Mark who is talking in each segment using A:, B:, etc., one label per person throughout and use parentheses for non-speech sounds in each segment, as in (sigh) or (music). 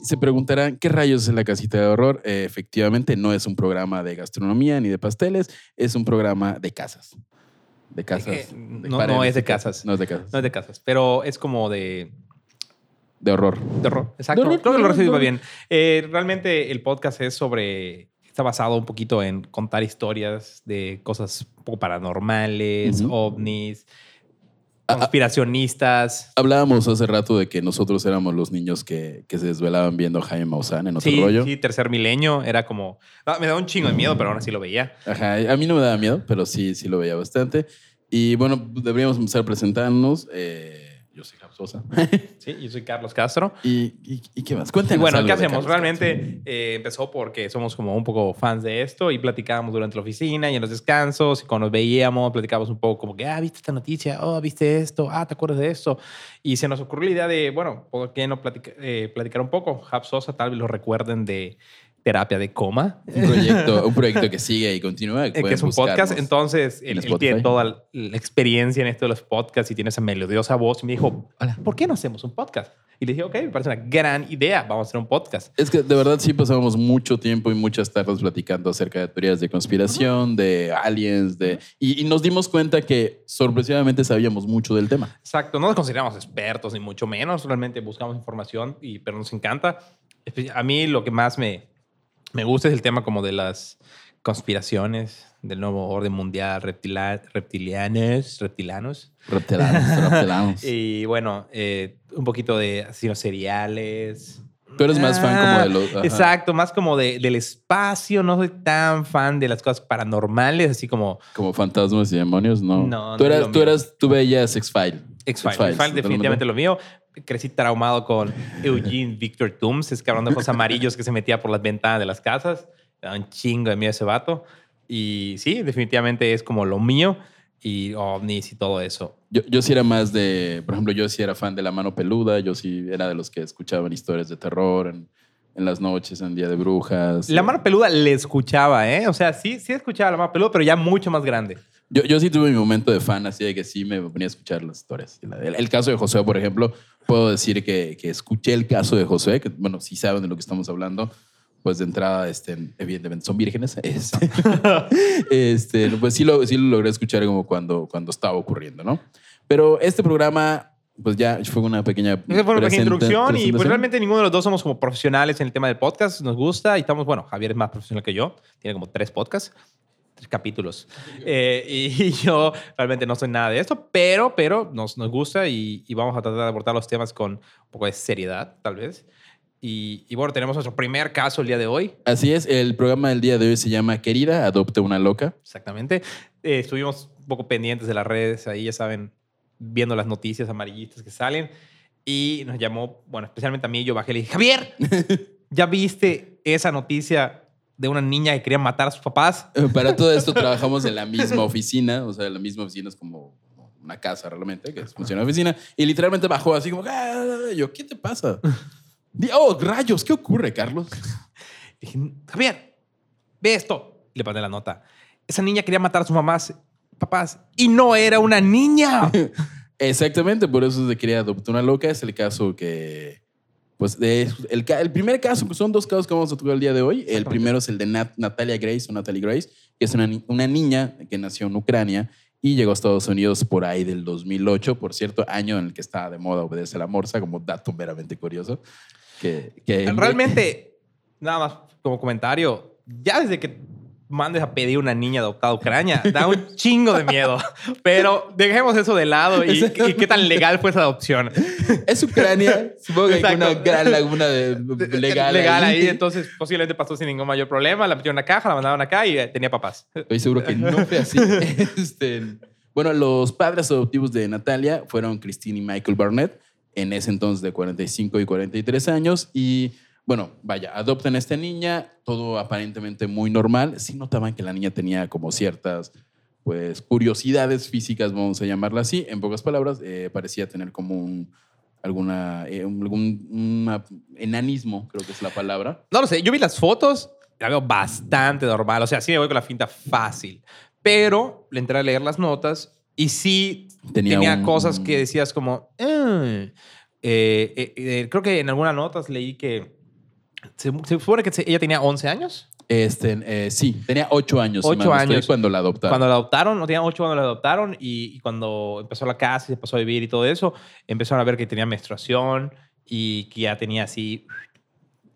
A: se preguntarán qué rayos es la casita de horror. Eh, efectivamente, no es un programa de gastronomía ni de pasteles, es un programa de casas. De casas. Mm,
B: Eh,
A: de
B: no-
A: paredes,
B: no es de casas.
A: No es de casas.
B: No es de casas, pero es como de,
A: De horror.
B: de horror. Exacto.
A: De horror,
B: Creo que
A: de
B: lo
A: horror,
B: recibí
A: de
B: bien. Eh, realmente el podcast es sobre. Está basado un poquito en contar historias de cosas un poco paranormales,
A: Ujú. Ah,
B: ovnis, conspiracionistas.
A: Hablábamos hace rato de que nosotros éramos los niños que, que se desvelaban viendo a Jaime Maussan en otro
B: Sí,
A: rollo.
B: sí, tercer milenio. Era como. ah, me da un chingo de miedo, pero aún así lo veía.
A: Ajá, a mí no me daba miedo, pero sí, sí lo veía bastante. Y bueno, deberíamos empezar presentándonos. Eh, yo soy Jav Sosa.
B: Sí, yo soy Carlos Castro.
A: (laughs) ¿Y, y, y qué más?
B: Y
A: Cuéntanos.
B: bueno,
A: algo
B: ¿qué
A: de
B: hacemos?
A: Carlos
B: Realmente eh, empezó porque somos como un poco fans de esto y platicábamos durante la oficina y en los descansos y cuando nos veíamos platicábamos un poco como que, ah, viste esta noticia, oh, viste esto, ah, te acuerdas de esto. Y se nos ocurrió la idea de, bueno, ¿por qué no platica- eh, platicar un poco? Hab Sosa tal vez lo recuerden de terapia de coma,
A: Castro. Un proyecto, un proyecto que sigue y continúa.
B: (laughs) eh, que
A: pueden
B: es un
A: buscarnos.
B: podcast. Entonces, él, él
A: Spotify.
B: tiene toda la- la experiencia en esto de los podcasts y tiene esa melodiosa voz y me dijo, "Hola, ¿por qué no hacemos un podcast? Y le dije, ok, me parece una gran idea, vamos a hacer un podcast.
A: Es que de verdad sí pasábamos mucho tiempo y muchas tardes platicando acerca de teorías de conspiración, de aliens, de... Y, y nos dimos cuenta que sorpresivamente sabíamos mucho del tema.
B: Exacto, no nos consideramos expertos ni mucho menos, realmente buscamos información, y, pero nos encanta. Espe- A mí lo que más me, me gusta es el tema como de las conspiraciones, del nuevo orden mundial, reptila- reptilianos, reptilanos.
A: Reptelanos,
B: (laughs)
A: reptelanos.
B: Y bueno, eh, un poquito de asesinos seriales.
A: Tú eres más fan como de los- ajá.
B: ah, Exacto, más como de- del espacio. No soy tan fan de las cosas paranormales, así como
A: Como fantasmas y demonios, no.
B: No,
A: tú
B: no es
A: eras,
B: lo
A: tú
B: mío.
A: eras, tú veías X-File.
B: X-Files.
A: X-Files,
B: X-Files definitivamente lo mío. Crecí traumado con Eugene Victor Toombs, ese cabrón de ojos amarillos que se metía por las ventanas de las casas. Me da un chingo de miedo ese vato. Y sí, definitivamente es como lo mío. Y ovnis y todo eso.
A: Yo, yo sí era más de, por ejemplo, yo sí era fan de La Mano Peluda, yo sí era de los que escuchaban historias de terror en, en las noches, en Día de Brujas.
B: La mano peluda le escuchaba, ¿eh? O sea, sí, sí escuchaba la mano peluda, pero ya mucho más grande.
A: Yo, yo sí tuve mi momento de fan, así de que sí me ponía a escuchar las historias. El, el caso de Josué, por ejemplo, puedo decir que, que escuché el caso de Josué, que bueno, si saben de lo que estamos hablando, pues de entrada, este, evidentemente, son vírgenes. (laughs) Este, este, pues sí lo, sí lo logré escuchar como cuando, cuando estaba ocurriendo, ¿no? Pero este programa, pues ya fue una pequeña...
B: Esa fue una pequeña
A: presenta-
B: introducción y pues
A: presentación.
B: realmente ninguno de los dos somos como profesionales en el tema del podcast. Nos gusta y estamos, bueno, Javier es más profesional que yo. Tiene como tres podcasts, tres capítulos. Eh, y (laughs) yo realmente no soy nada de esto, pero, pero nos, nos gusta y, y vamos a tratar de abordar los temas con un poco de seriedad, tal vez. Y, y bueno, tenemos nuestro primer caso el día de hoy.
A: Así es, el programa del día de hoy se llama Querida, adopte una loca.
B: Exactamente. Eh, estuvimos un poco pendientes de las redes, ahí ya saben, viendo las noticias amarillistas que salen. Y nos llamó, bueno, especialmente a mí, yo bajé y le dije, Javier, ¿ya viste esa noticia de una niña que quería matar a sus papás?
A: Eh, Para todo esto trabajamos en la misma oficina, o sea, la misma oficina es como una casa realmente, que funciona oficina, y literalmente bajó así como, "Ah", y yo, ¿qué te pasa? Di- Oh, rayos, ¿qué ocurre, Carlos?
B: Le dije, Javier, ve esto. Y le mandé la nota. Esa niña quería matar a sus mamás, papás, y no era una niña.
A: Exactamente, por eso se quería adoptar una loca, es el caso que, pues, es el, ca- el primer caso, pues, son dos casos que vamos a tocar el día de hoy. El
B: Exactamente.
A: primero es el de Nat- Natalia Grace o Natalie Grace, que es una, ni- una niña que nació en Ucrania y llegó a Estados Unidos por ahí del 2008, por cierto, año en el que estaba de moda Obedece la Morsa, como dato meramente curioso. Que, que-
B: Realmente, nada más como comentario, ya desde que mandes a pedir una niña adoptada a Ucrania, da un chingo de miedo. Pero dejemos eso de lado y, y qué tan legal fue esa adopción.
A: Es Ucrania, supongo que hay una
B: Exacto.
A: gran laguna
B: (laughs)
A: de- legal,
B: ahí. Entonces, posiblemente pasó sin ningún mayor problema. La metieron en una caja, la mandaron acá y eh, tenía papás.
A: Estoy seguro que no fue así. Este, bueno, los padres adoptivos de Natalia fueron Christine y Michael Barnett, en ese entonces de 45 y 43 años. Y bueno, vaya, adoptan a esta niña, todo aparentemente muy normal. Sí notaban que la niña tenía como ciertas pues curiosidades físicas, vamos a llamarla así. En pocas palabras, eh, parecía tener como un alguna eh, un- algún una- enanismo, creo que es la palabra.
B: No lo sé, yo vi las fotos, la veo bastante normal. O sea, sí me voy con la finta fácil. Pero le entré a leer las notas y sí
A: Tenía
B: tenía,
A: un-
B: cosas
A: un-
B: eh, que decías como... "Ah". Eh, eh, eh, creo que en algunas notas leí que Se, se supone que se- ella tenía 11 años.
A: Este, eh, sí, tenía ocho años. si
B: Ocho
A: mal no estoy,
B: años.
A: Cuando la adoptaron.
B: Cuando la adoptaron, no tenía 8 cuando la adoptaron y, y cuando empezó la casa y se pasó a vivir y todo eso, empezaron a ver que tenía menstruación y que ya tenía así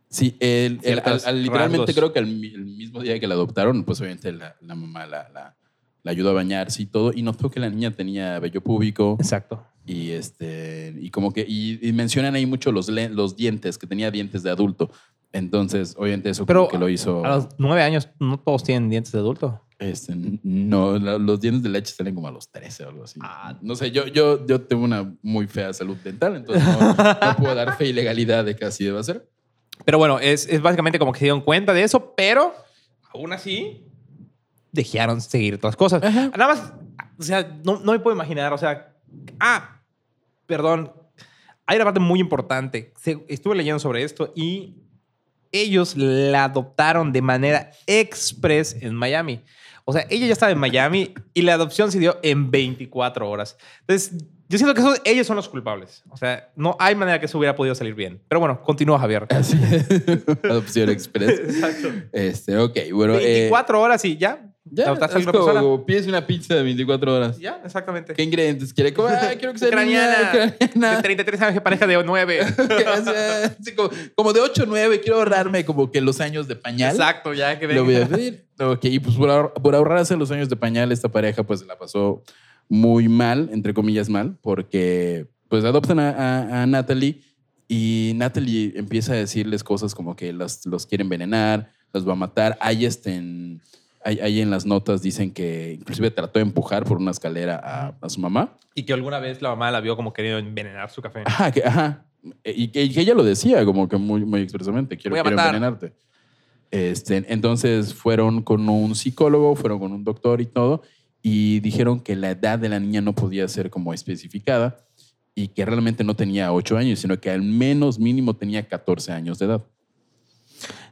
A: Sí, el- el-
B: Ciertos
A: al- al- literalmente
B: rasgos.
A: creo que al mi- el, mismo día que la adoptaron, pues obviamente la, la mamá la, la- la ayudó a bañarse y todo, y notó que la niña tenía vello púbico
B: Exacto.
A: y este y como que y, y mencionan ahí mucho los le- los dientes que tenía dientes de adulto, entonces obviamente eso
B: Pero
A: como que lo hizo.
B: A los nueve años no todos tienen dientes de adulto.
A: este, no, la- los dientes de leche salen como a los 13 o algo así.
B: Ah.
A: No sé, yo yo yo tengo una muy fea salud dental, entonces no, no puedo dar fe y legalidad de que así deba ser.
B: Pero bueno, es, es básicamente como que se dieron cuenta de eso, pero aún así dejaron seguir otras cosas. Nada más, o sea, no, no me puedo imaginar, o sea, ah, perdón, hay una parte muy importante. Se- Estuve leyendo sobre esto y ellos la adoptaron de manera express en Miami. O sea, ella ya estaba en Miami y la adopción se dio en 24 horas. Entonces, yo siento que eso- ellos son los culpables. O sea, no hay manera que eso hubiera podido salir bien. Pero bueno, continúa, Javier.
A: Así (laughs) Adopción Express.
B: (laughs) Exacto.
A: Este, ok, bueno. eh,
B: 24 horas y ya.
A: ya,
B: ¿Adoptaste a
A: es
B: alguna persona?
A: como pides una pizza de 24 horas.
B: Ya, exactamente.
A: ¿Qué ingredientes quiere? Como, ah,
B: (laughs)
A: quiero que sea niña,
B: Ucraniana. De
A: ucraniana. (laughs)
B: (laughs) 33 años, que pareja de 9.
A: Que sea- sí, como, como de 8 o 9, quiero ahorrarme como que los años de pañal.
B: Exacto, ya que
A: Lo voy a
B: venga.
A: pedir. Ok, y pues por, ahor- por ahorrarse los años de pañal, esta pareja pues la pasó muy mal, entre comillas mal, porque pues adoptan a, a- a Natalie y Natalie empieza a decirles cosas como que las, los quiere envenenar, los va a matar. Ahí, este, en, ahí, ahí en las notas dicen que inclusive trató de empujar por una escalera a, a su mamá.
B: Y que alguna vez la mamá la vio como queriendo envenenar su café.
A: Ajá, que, ajá. E, Y que, y que ella lo decía como que muy, muy expresamente, quiero,
B: Voy a
A: quiero
B: matar.
A: envenenarte. Este, entonces fueron con un psicólogo, fueron con un doctor y todo, y dijeron que la edad de la niña no podía ser como especificada y que realmente no tenía 8 años, sino que al menos mínimo tenía 14 años de edad.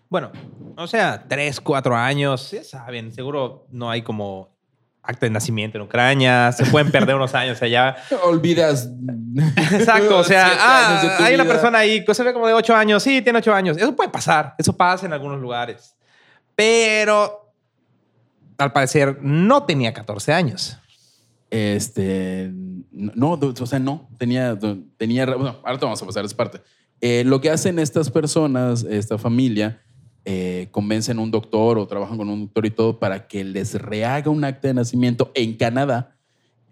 B: Bueno, o sea, 3, 4 años, ya saben, seguro no hay como acta de nacimiento en Ucrania, se pueden perder unos años allá.
A: Olvidas.
B: Exacto, o sea,
A: siete años de
B: ah,
A: tu
B: hay una
A: vida.
B: persona ahí, que se ve como de 8 años, sí, tiene 8 años. Eso puede pasar, eso pasa en algunos lugares. Pero al parecer no tenía 14 años.
A: Este. No, no, o sea, no. Tenía. tenía bueno, ahora te vamos a pasar esa parte. Eh, lo que hacen estas personas, esta familia, eh, convencen a un doctor o trabajan con un doctor y todo para que les rehaga un acta de nacimiento en Canadá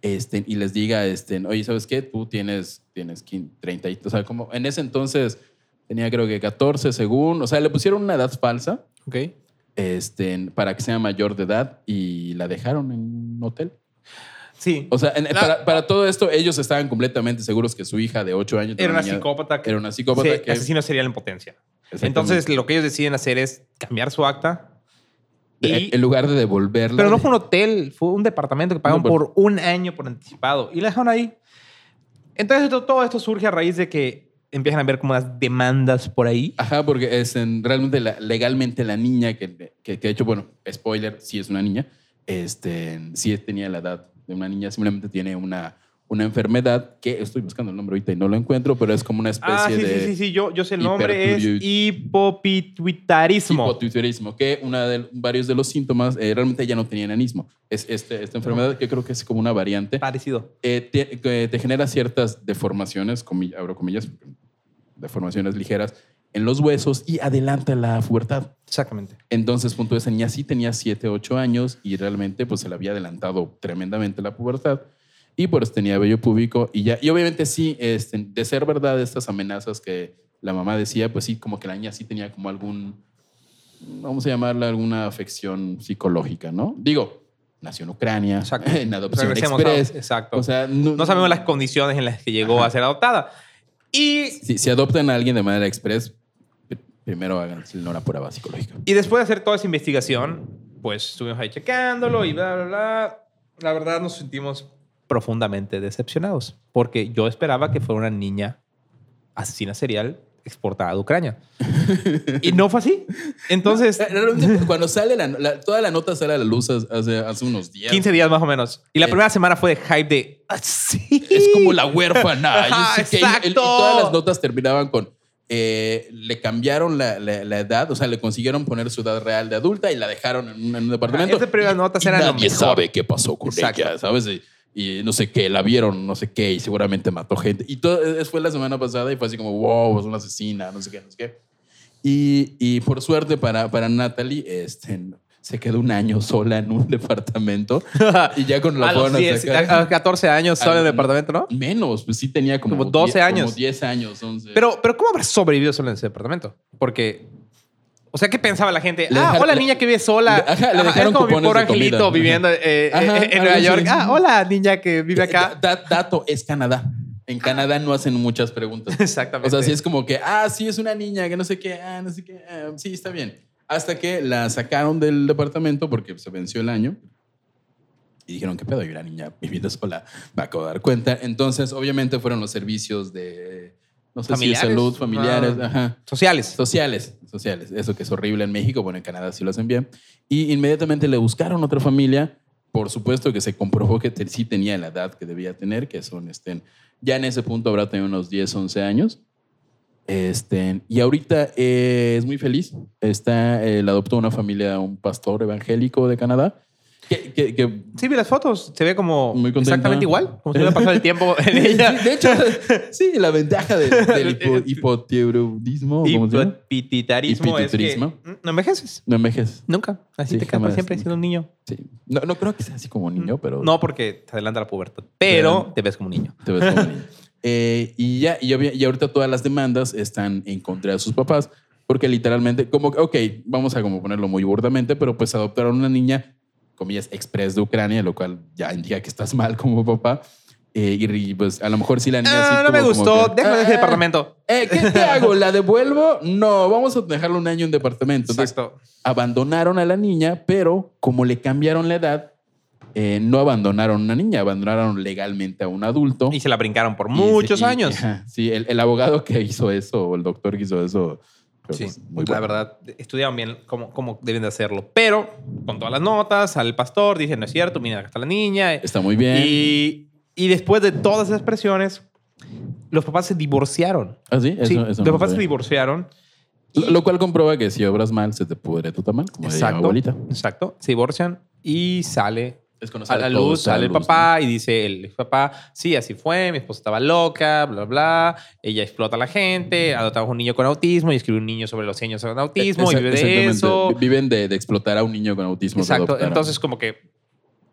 A: este, y les diga, este, oye, ¿sabes qué? Tú tienes, tienes 15, 30 y- O sea, como en ese entonces tenía creo que 14 según. O sea, le pusieron una edad falsa
B: Ok.
A: este, para que sea mayor de edad y la dejaron en un hotel.
B: Sí.
A: O sea, en-
B: La-
A: para, para todo esto, ellos estaban completamente seguros que su hija de 8 años
B: era una
A: niña-
B: psicópata. que-
A: Era una psicópata
B: sí,
A: que.
B: asesino serial en potencia.
A: Exactamente.
B: Entonces, lo que ellos deciden hacer es cambiar su acta.
A: Eh,
B: Y,
A: en lugar de devolverla.
B: pero no fue un hotel, fue un departamento que pagaron
A: No, pues. pero-
B: por un año por anticipado y la dejaron ahí. Entonces, to- todo esto surge a raíz de que empiezan a ver como las demandas por ahí.
A: Ajá, porque es en- realmente la- legalmente la niña que, que, que de hecho, bueno, spoiler, sí es una niña, este, sí tenía la edad de una niña, simplemente tiene una, una enfermedad que estoy buscando el nombre ahorita y no lo encuentro, pero es como una especie
B: Ah, sí,
A: de.
B: sí, sí, sí, yo, yo sé el nombre, es
A: hiperturio-
B: hipopituitarismo.
A: hipotiroidismo, que una de, varios de los síntomas eh, realmente ya no tenía enanismo. Es este- esta enfermedad que creo que es como una variante
B: Parecido.
A: eh, te, que te genera ciertas deformaciones, comi- abro comillas, deformaciones ligeras en los huesos y adelanta la pubertad.
B: Exactamente.
A: Entonces, punto de esa niña sí tenía 7, 8 años y realmente pues se le había adelantado tremendamente la pubertad y pues tenía vello púbico y ya, y obviamente sí, este, de ser verdad estas amenazas que la mamá decía, pues sí, como que la niña sí tenía como algún, vamos a llamarla alguna afección psicológica, ¿no? Digo, nació en Ucrania,
B: Exacto.
A: Ah, (laughs) en adopción
B: Regresemos a-
A: express,
B: exacto.
A: o sea, no,
B: no sabemos las condiciones en las que llegó
A: Ajá.
B: a ser adoptada. Y
A: Si, si adoptan a alguien de manera express, pr- primero hagan una prueba psicológica.
B: Y después de hacer toda esa investigación, pues estuvimos ahí checándolo y bla, bla, bla. La verdad nos sentimos profundamente decepcionados porque yo esperaba que fuera una niña asesina serial exportada
A: (laughs)
B: de Ucrania. y no fue así. Entonces,
A: Eh, Realmente, (laughs) cuando sale la, la- toda la nota sale a la luz hace, hace unos días.
B: 15 días más o menos. Y la
A: Eh.
B: primera semana fue de hype de... "Ah, sí". (laughs)
A: Es como la huérfana.
B: Ajá,
A: Yo sé que- y- y
B: exacto.
A: todas las notas terminaban con eh, le cambiaron la, la- la edad, o sea, le consiguieron poner su edad real de adulta y la dejaron en un, en un departamento.
B: Esas primeras notas
A: Y
B: eran lo
A: nadie
B: mejor.
A: sabe qué pasó con
B: Exacto.
A: ella, ¿sabes? Y, y no sé qué, la vieron, no sé qué, y seguramente mató gente. Y todo, eh, fue la semana pasada y fue así como, wow, es una asesina, no sé qué, no sé qué. Y, y por suerte para, para Natalie, este, se quedó un año sola en un (laughs) departamento y ya con
B: (laughs) a
A: la
B: los
A: forma
B: 10, a- a 14 años solo en el
A: Al-
B: departamento, ¿no?
A: Menos, pues sí tenía como,
B: Como 12
A: die-
B: años.
A: Como 10 años, 11.
B: Pero, pero ¿cómo habrás sobrevivido solo en ese departamento? Porque, o sea, ¿qué pensaba la gente?
A: Le
B: ah,
A: dejaron-
B: hola
A: le-
B: niña que vive sola.
A: le- ajá, le
B: Ah,
A: dejaron
B: es como mi
A: cupones
B: pobre
A: de comida.
B: angelito
A: Ajá.
B: viendo eh, eh,
A: Ajá,
B: eh,
A: algo
B: en Nueva
A: así.
B: York. Ah, hola niña que
A: (laughs)
B: vive acá. (laughs) Ah.
A: Da- da- dato es Canadá. En Canadá no hacen muchas preguntas.
B: Exactamente.
A: O sea, sí es como que, ah, sí, es una niña, que no sé qué, ah, no sé qué, ah, sí, está bien. Hasta que la sacaron del departamento porque se venció el año. Y dijeron, ¿qué pedo? Y una niña viviendo sola, me acabo de dar cuenta. Entonces, obviamente, fueron los servicios de, no sé si
B: Familiares.
A: de salud, familiares,
B: Ah.
A: ajá.
B: Sociales.
A: Sociales, sociales. Eso que es horrible en México, bueno, en Canadá sí lo hacen bien. Y inmediatamente le buscaron otra familia. Por supuesto que se comprobó que te- sí tenía la edad que debía tener, que son, estén, ya en ese punto habrá tenido unos 10, 11 años. Estén, y ahorita eh, es muy feliz. Está, eh, la adoptó una familia, un pastor evangélico de Canadá, que, que- que
B: Sí, vi las fotos. Se ve como
A: Muy contenta.
B: exactamente igual. Como si hubiera pasado el tiempo
A: (laughs)
B: en ella.
A: Sí, de hecho, sí, la ventaja del, del hipo- hipotiroidismo,
B: Y
A: ¿cómo se llama?
B: pititarismo es que
A: Hipiturismo.
B: mm, no envejeces.
A: No envejeces.
B: Nunca. Así
A: Sí,
B: te quedas para
A: jamás,
B: siempre
A: nunca.
B: siendo un niño.
A: Sí. No, no creo que sea así como niño, pero.
B: No porque te adelanta la pubertad, pero
A: Pero-
B: te ves como un niño.
A: Te ves como niño. Eh, y ya, y, obvia- y ahorita todas las demandas están en contra de sus papás, porque literalmente, como, que, ok, vamos a como ponerlo muy burdamente, pero pues adoptaron una niña, comillas, express de Ucrania, lo cual ya indica que estás mal como papá. Eh, y, y, pues a lo mejor sí la niña.
B: Ah,
A: sí
B: no me
A: tuvo como
B: gustó.
A: que,
B: Déjame de ese
A: "Ah,
B: departamento.
A: eh, ¿Qué
B: (laughs)
A: te hago? ¿La devuelvo? No, vamos a dejarlo un año en departamento. Entonces,
B: Exacto.
A: abandonaron a la niña, pero como le cambiaron la edad, eh, no abandonaron a una niña, abandonaron legalmente a un adulto.
B: Y se la brincaron por
A: Y-
B: muchos
A: y- (laughs)
B: años.
A: ajá, sí, el, el abogado que hizo eso, o el doctor que hizo eso, creo que
B: Sí,
A: es pues, muy
B: la
A: bueno.
B: verdad, estudiaron bien cómo, cómo deben de hacerlo. Pero con todas las notas, al pastor dice, no es cierto, mira, acá está la niña.
A: Está muy bien.
B: Y, y después de todas esas presiones, los papás se divorciaron.
A: Ah, sí, eso-
B: Sí,
A: eso no
B: los papás se
A: sabía.
B: divorciaron.
A: Lo- Lo cual comprueba que si obras mal, se te pudre tu tamal, como decía mi abuelita.
B: Exacto. Se divorcian y sale
A: Es
B: a
A: conocer
B: la
A: a todos,
B: luz,
A: a la
B: sale el
A: luz,
B: papá y dice el ex papá, sí, así fue, mi esposa estaba loca, bla, bla, ella explota a la gente, adoptamos un niño con autismo y escribió un niño sobre los 100 años con autismo y
A: E-, Exa-
B: vive de
A: exactamente.
B: eso.
A: Vi- Viven de, de explotar a un niño con autismo. que
B: Exacto.
A: adoptaron.
B: Entonces, como que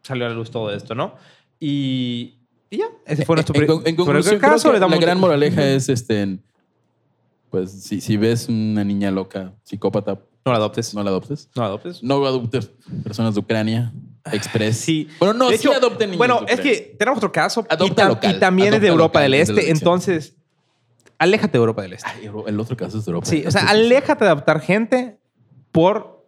B: salió a la luz todo esto, ¿no? Y, y ya, ese fue
A: En-
B: nuestro
A: Eh, E-, en,
B: pri-
A: con- en
B: primer
A: conclusión, creo
B: caso,
A: que
B: le damos
A: la
B: un-
A: gran moraleja es, este, en- pues si, si ves una niña loca, psicópata,
B: No la adoptes. No,
A: no la adoptes.
B: la adoptes.
A: No adoptes personas de Ucrania, express.
B: Sí.
A: Bueno, no,
B: De
A: sí adopten niños
B: Bueno,
A: de
B: es
A: Ucrania.
B: que tenemos otro caso y
A: Adopta
B: tam- y,
A: local,
B: también es de
A: adopta
B: Europa
A: local,
B: del
A: es de la
B: Este.
A: elección.
B: Entonces, aléjate de Europa del Este.
A: Ay, Euro- el otro caso es de Europa.
B: Sí, o sea,
A: Entonces,
B: aléjate de adoptar gente por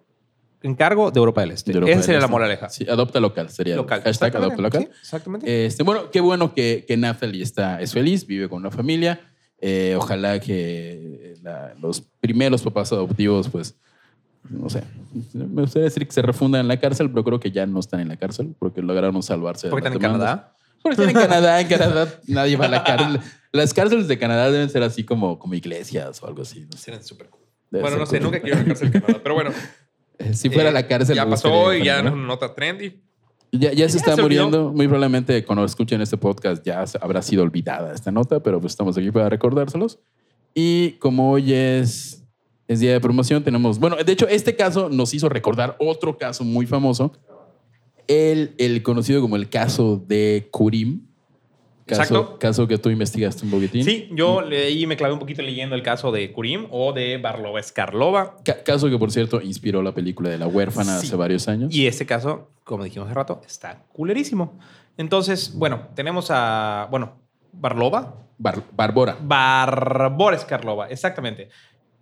B: encargo de Europa del Este.
A: de Europa
B: Esa
A: del
B: sería la
A: Este.
B: moraleja.
A: Sí, adopta local sería.
B: Local.
A: Hashtag
B: Exactamente.
A: adopta local.
B: Sí, exactamente.
A: Este, bueno, qué bueno que, que Nathalie está, es feliz, vive con una familia. Eh, ojalá que eh, la- los primeros papás adoptivos, pues, no sé, me gustaría decir que se refundan en la cárcel, pero creo que ya no están en la cárcel porque lograron salvarse. de
B: Porque
A: las
B: están en
A: demandas.
B: Canadá.
A: Porque están en Canadá, en Canadá nadie va a la cárcel. Las cárceles de Canadá deben ser así como, como iglesias o algo así. no sé.
B: Serían súper cool.
A: Debe
B: Bueno,
A: ser
B: no sé,
A: cool.
B: nunca quiero ir a la cárcel de Canadá, pero bueno.
A: Eh, (laughs) Si fuera
B: Eh,
A: la cárcel.
B: Ya
A: me
B: pasó
A: gustaría
B: y
A: ir,
B: ya
A: ¿no?
B: es una nota trendy.
A: Ya, ya se
B: Ya
A: está
B: se olvidó.
A: muriendo. Muy probablemente cuando escuchen este podcast ya se- habrá sido olvidada esta nota, pero pues estamos aquí para recordárselos. Y como hoy es, es día de promoción, tenemos. Bueno, de hecho, este caso nos hizo recordar otro caso muy famoso. El, el conocido como el caso de Kurim. Caso,
B: Exacto.
A: Caso que tú investigaste un poquitín.
B: Sí, yo leí y me clavé un poquito leyendo el caso de Kurim o de Barlova Escarlova.
A: Ca- caso que, por cierto, inspiró la película de La huérfana
B: Sí.
A: hace varios años.
B: Y este caso, como dijimos hace rato, está culerísimo. Entonces, bueno, tenemos a, bueno, Barlova,
A: Bar- Barbora.
B: Barbora Escarlova, exactamente.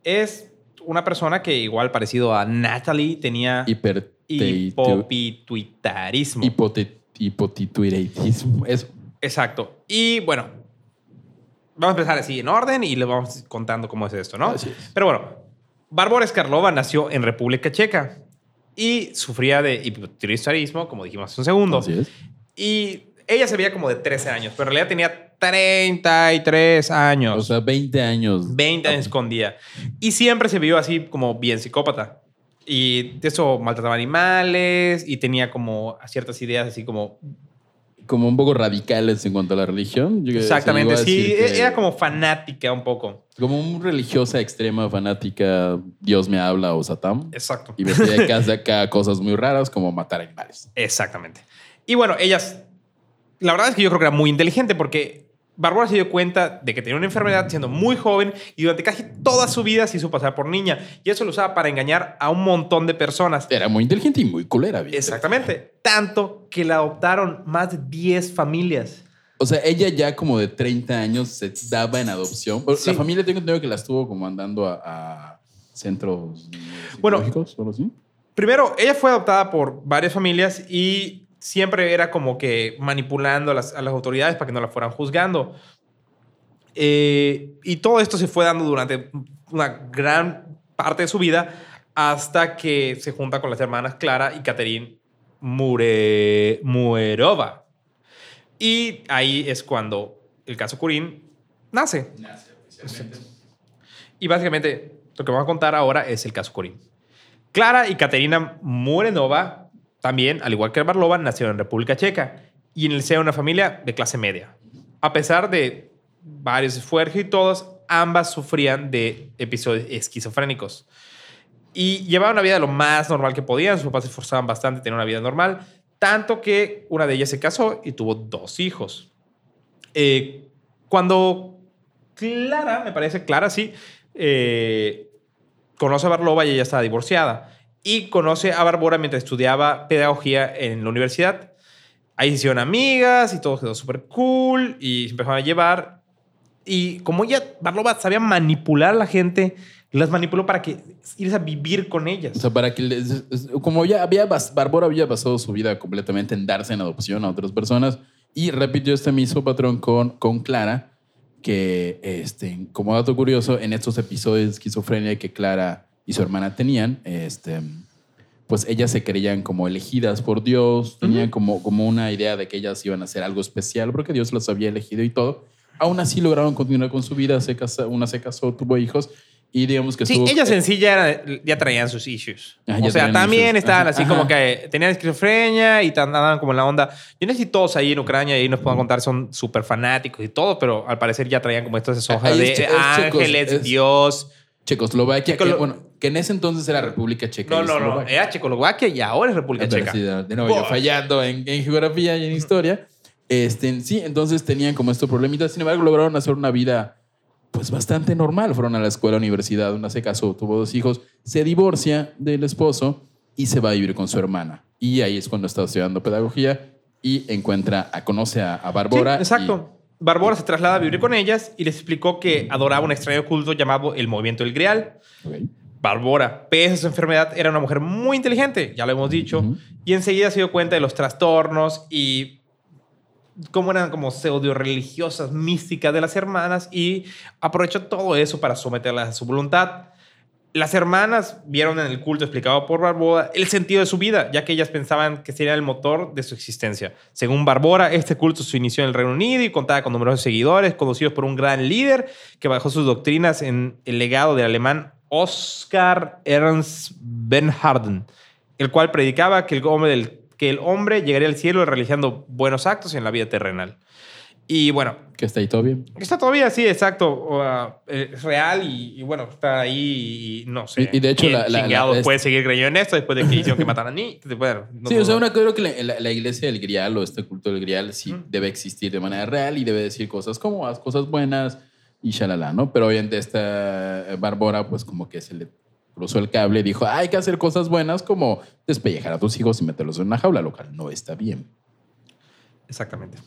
B: Es una persona que igual parecido a Natalie tenía
A: Hiper-
B: hipopituitarismo.
A: hipote- hipotituireitismo. Eso.
B: Exacto. Y bueno, vamos a empezar así en orden y le vamos contando cómo es esto, ¿no?
A: Así es.
B: Pero bueno, Bárbara Escarlova nació en República Checa y sufría de hipotiroidismo, como dijimos hace un segundo.
A: Así es.
B: Y Ella se veía como de 13 años, pero en realidad tenía 33 años.
A: O sea, 20 años.
B: 20 años escondía. Y siempre se vio así como bien psicópata. Y de eso maltrataba animales y tenía como ciertas ideas así como...
A: Como un poco radicales en cuanto a la religión. Yo-
B: Exactamente,
A: se llegó a
B: sí, e-,
A: decir que-
B: era como fanática un poco.
A: Como un religiosa extrema, fanática, Dios me habla o Satán.
B: Exacto.
A: Y vestía
B: (laughs)
A: de casa acá cosas muy raras como matar animales.
B: Exactamente. Y bueno, ellas... La verdad es que yo creo que era muy inteligente porque Bárbara se dio cuenta de que tenía una enfermedad siendo muy joven y durante casi toda su vida se hizo pasar por niña. Y eso lo usaba para engañar a un montón de personas.
A: Era muy inteligente y muy culera. bien.
B: Exactamente. Tanto que la adoptaron más de 10 familias.
A: O sea, ella ya como de 30 años se daba en adopción. Bueno,
B: Sí.
A: La familia tengo entendido que la estuvo como andando a, a centros
B: Bueno.
A: psicológicos o algo así.
B: Primero, ella fue adoptada por varias familias y siempre era como que manipulando a las, a las autoridades para que no la fueran juzgando. Eh, y todo esto se fue dando durante una gran parte de su vida hasta que se junta con las hermanas Clara y Catherine Mure, Muerova. Y ahí es cuando el caso Curín nace. Y básicamente lo que vamos a contar ahora es el caso Corín. Clara y Katerina Murenova, también, al igual que Barlova, nacieron en República Checa y en el seno de una familia de clase media. A pesar de varios esfuerzos y todos, ambas sufrían de episodios esquizofrénicos. Y llevaban una vida lo más normal que podían. Sus papás se esforzaban bastante, tenían una vida normal. Tanto que una de ellas se casó y tuvo dos hijos. Eh, cuando Clara, me parece Clara, sí, eh, conoce a Barlova y ella estaba divorciada. Y conoce a Barbora mientras estudiaba pedagogía en la universidad. Ahí se hicieron amigas y todo quedó súper cool y se empezaron a llevar. Y como ella, Barlova sabía manipular a la gente, las manipuló para que irse a vivir con ellas.
A: O sea, para que les- es- es- como ya había bas- Bárbara había basado su vida completamente en darse en adopción a otras personas y repitió este mismo patrón con, con Clara, que este, como dato curioso, en estos episodios de esquizofrenia que Clara y su hermana tenían, este, pues ellas se creían como elegidas por Dios, tenían como, como una idea de que ellas iban a hacer algo especial porque Dios las había elegido y todo. Aún así lograron continuar con su vida, se casa, una se casó, tuvo hijos y digamos que
B: Sí,
A: estuvo-
B: ellas en sí ya, eran- ya traían sus issues.
A: Ah,
B: o
A: ya
B: sea,
A: traían
B: también
A: issues.
B: estaban
A: Ajá,
B: así
A: ajá.
B: como que tenían esquizofrenia y tan- andaban como en la onda. Yo no sé si todos ahí en Ucrania y ahí nos puedan contar son súper fanáticos y todo, pero al parecer ya traían como estas hojas
A: Ahí
B: de
A: es che- es checos,
B: ángeles,
A: es-
B: Dios.
A: Checoslovaquia, que,
B: Checolo-
A: bueno, que en ese entonces era República Checa.
B: No,
A: y
B: no, no.
A: Eslovaquia. Ah,
B: Era Checoslovaquia y ahora es República
A: Pero
B: Checa.
A: sí, de- de nuevo, yo
B: Buah.
A: fallando en, en geografía y en historia. Este, sí, entonces tenían como estos problemitas. Sin embargo, lograron hacer una vida pues bastante normal. Fueron a la escuela, universidad, una se casó, tuvo dos hijos, se divorcia del esposo y se va a vivir con su hermana. Y ahí es cuando está estudiando pedagogía y encuentra, a, conoce a, a
B: Sí,
A: Bárbara. y-
B: exacto. Barbora se traslada a vivir con ellas y les explicó que adoraba un extraño culto llamado el Movimiento del Grial.
A: Ok.
B: Bárbara, pese a su enfermedad, era una mujer muy inteligente, ya lo hemos dicho,
A: Ujú.
B: y enseguida se dio cuenta de los trastornos y cómo eran como pseudo religiosas, místicas de las hermanas, y aprovechó todo eso para someterlas a su voluntad. Las hermanas vieron en el culto explicado por Barbora el sentido de su vida, ya que ellas pensaban que sería el motor de su existencia. Según Barbora, este culto se inició en el Reino Unido y contaba con numerosos seguidores, conocidos por un gran líder que bajó sus doctrinas en el legado del alemán Oscar Ernst Benharden, el cual predicaba que el hombre, del- que el hombre llegaría al cielo realizando buenos actos en la vida terrenal. Y bueno,
A: Que está ahí todo bien.
B: Está todavía, sí, exacto. o, ah, eh, es real y, y bueno, está ahí y no sé.
A: Y- y de hecho
B: quién
A: la- la-
B: chingados
A: la- es-
B: puede seguir creyendo en esto después de que hicieron que mataran a Nick. Bueno, no-
A: Sí, o sea,
B: no-
A: una, creo que la, la- la iglesia del grial o este culto del grial sí
B: Ujú.
A: debe existir de manera real y debe decir cosas como haz cosas buenas y shalala, ¿no? Pero obviamente esta eh, Bárbara, pues como que se le cruzó el cable y dijo, hay que hacer cosas buenas como despellejar a tus hijos y meterlos en una jaula, lo cual no está bien.
B: Exactamente.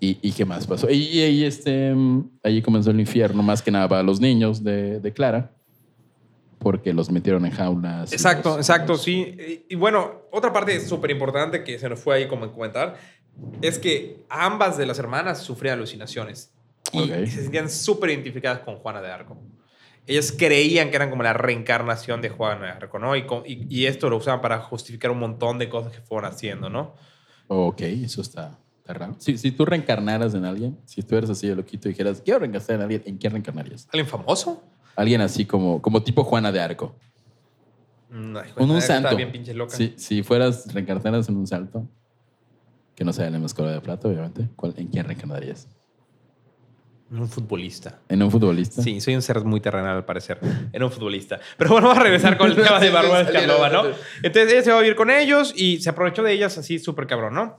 A: ¿Y, y qué más pasó? Y, y ahí este, mm, ahí comenzó el infierno, más que nada para los niños de, de Clara, porque los metieron en jaulas. y
B: Exacto,
A: los-
B: exacto,
A: los-
B: sí. Y, y bueno, otra parte súper importante que se nos fue ahí como en comentar es que ambas de las hermanas sufrían alucinaciones y
A: Ok.
B: se sentían súper identificadas con Juana de Arco. Ellas creían que eran como la reencarnación de Juana de Arco, ¿no? Y, con- y- y esto lo usaban para justificar un montón de cosas que fueron haciendo, ¿no?
A: Ok, eso está Está raro. Si, si tú reencarnaras en alguien, si tú eres así de loquito y dijeras, quiero reencarnar en alguien, ¿en quién reencarnarías?
B: ¿Alguien famoso?
A: Alguien así como, como tipo Juana de Arco.
B: No, hijo de
A: Un, un
B: madre, está
A: santo.
B: bien pinche loca.
A: Si, si fueras reencarnaras en un santo, que no sea en la mascota de plata, obviamente, ¿cuál- ¿en quién reencarnarías?
B: Un futbolista.
A: ¿En un futbolista?
B: Sí, soy un ser muy terrenal al parecer. Era un futbolista. Pero bueno, vamos a
A: (laughs)
B: regresar con el tema de Bárbara Escalova, ¿no? Entonces ella se va a vivir con ellos y se aprovechó de ellas así súper cabrón, ¿no?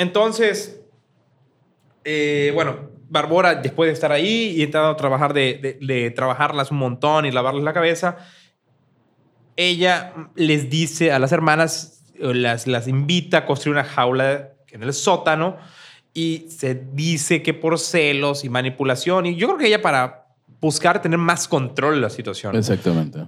B: Entonces, eh, bueno, Bárbara, después de estar ahí y entrando a trabajar de, de- de trabajarlas un montón y lavarles la cabeza, ella les dice a las hermanas, o las, las invita a construir una jaula en el sótano y se dice que por celos y manipulación, y yo creo que ella para buscar tener más control de la situación
A: Exactamente.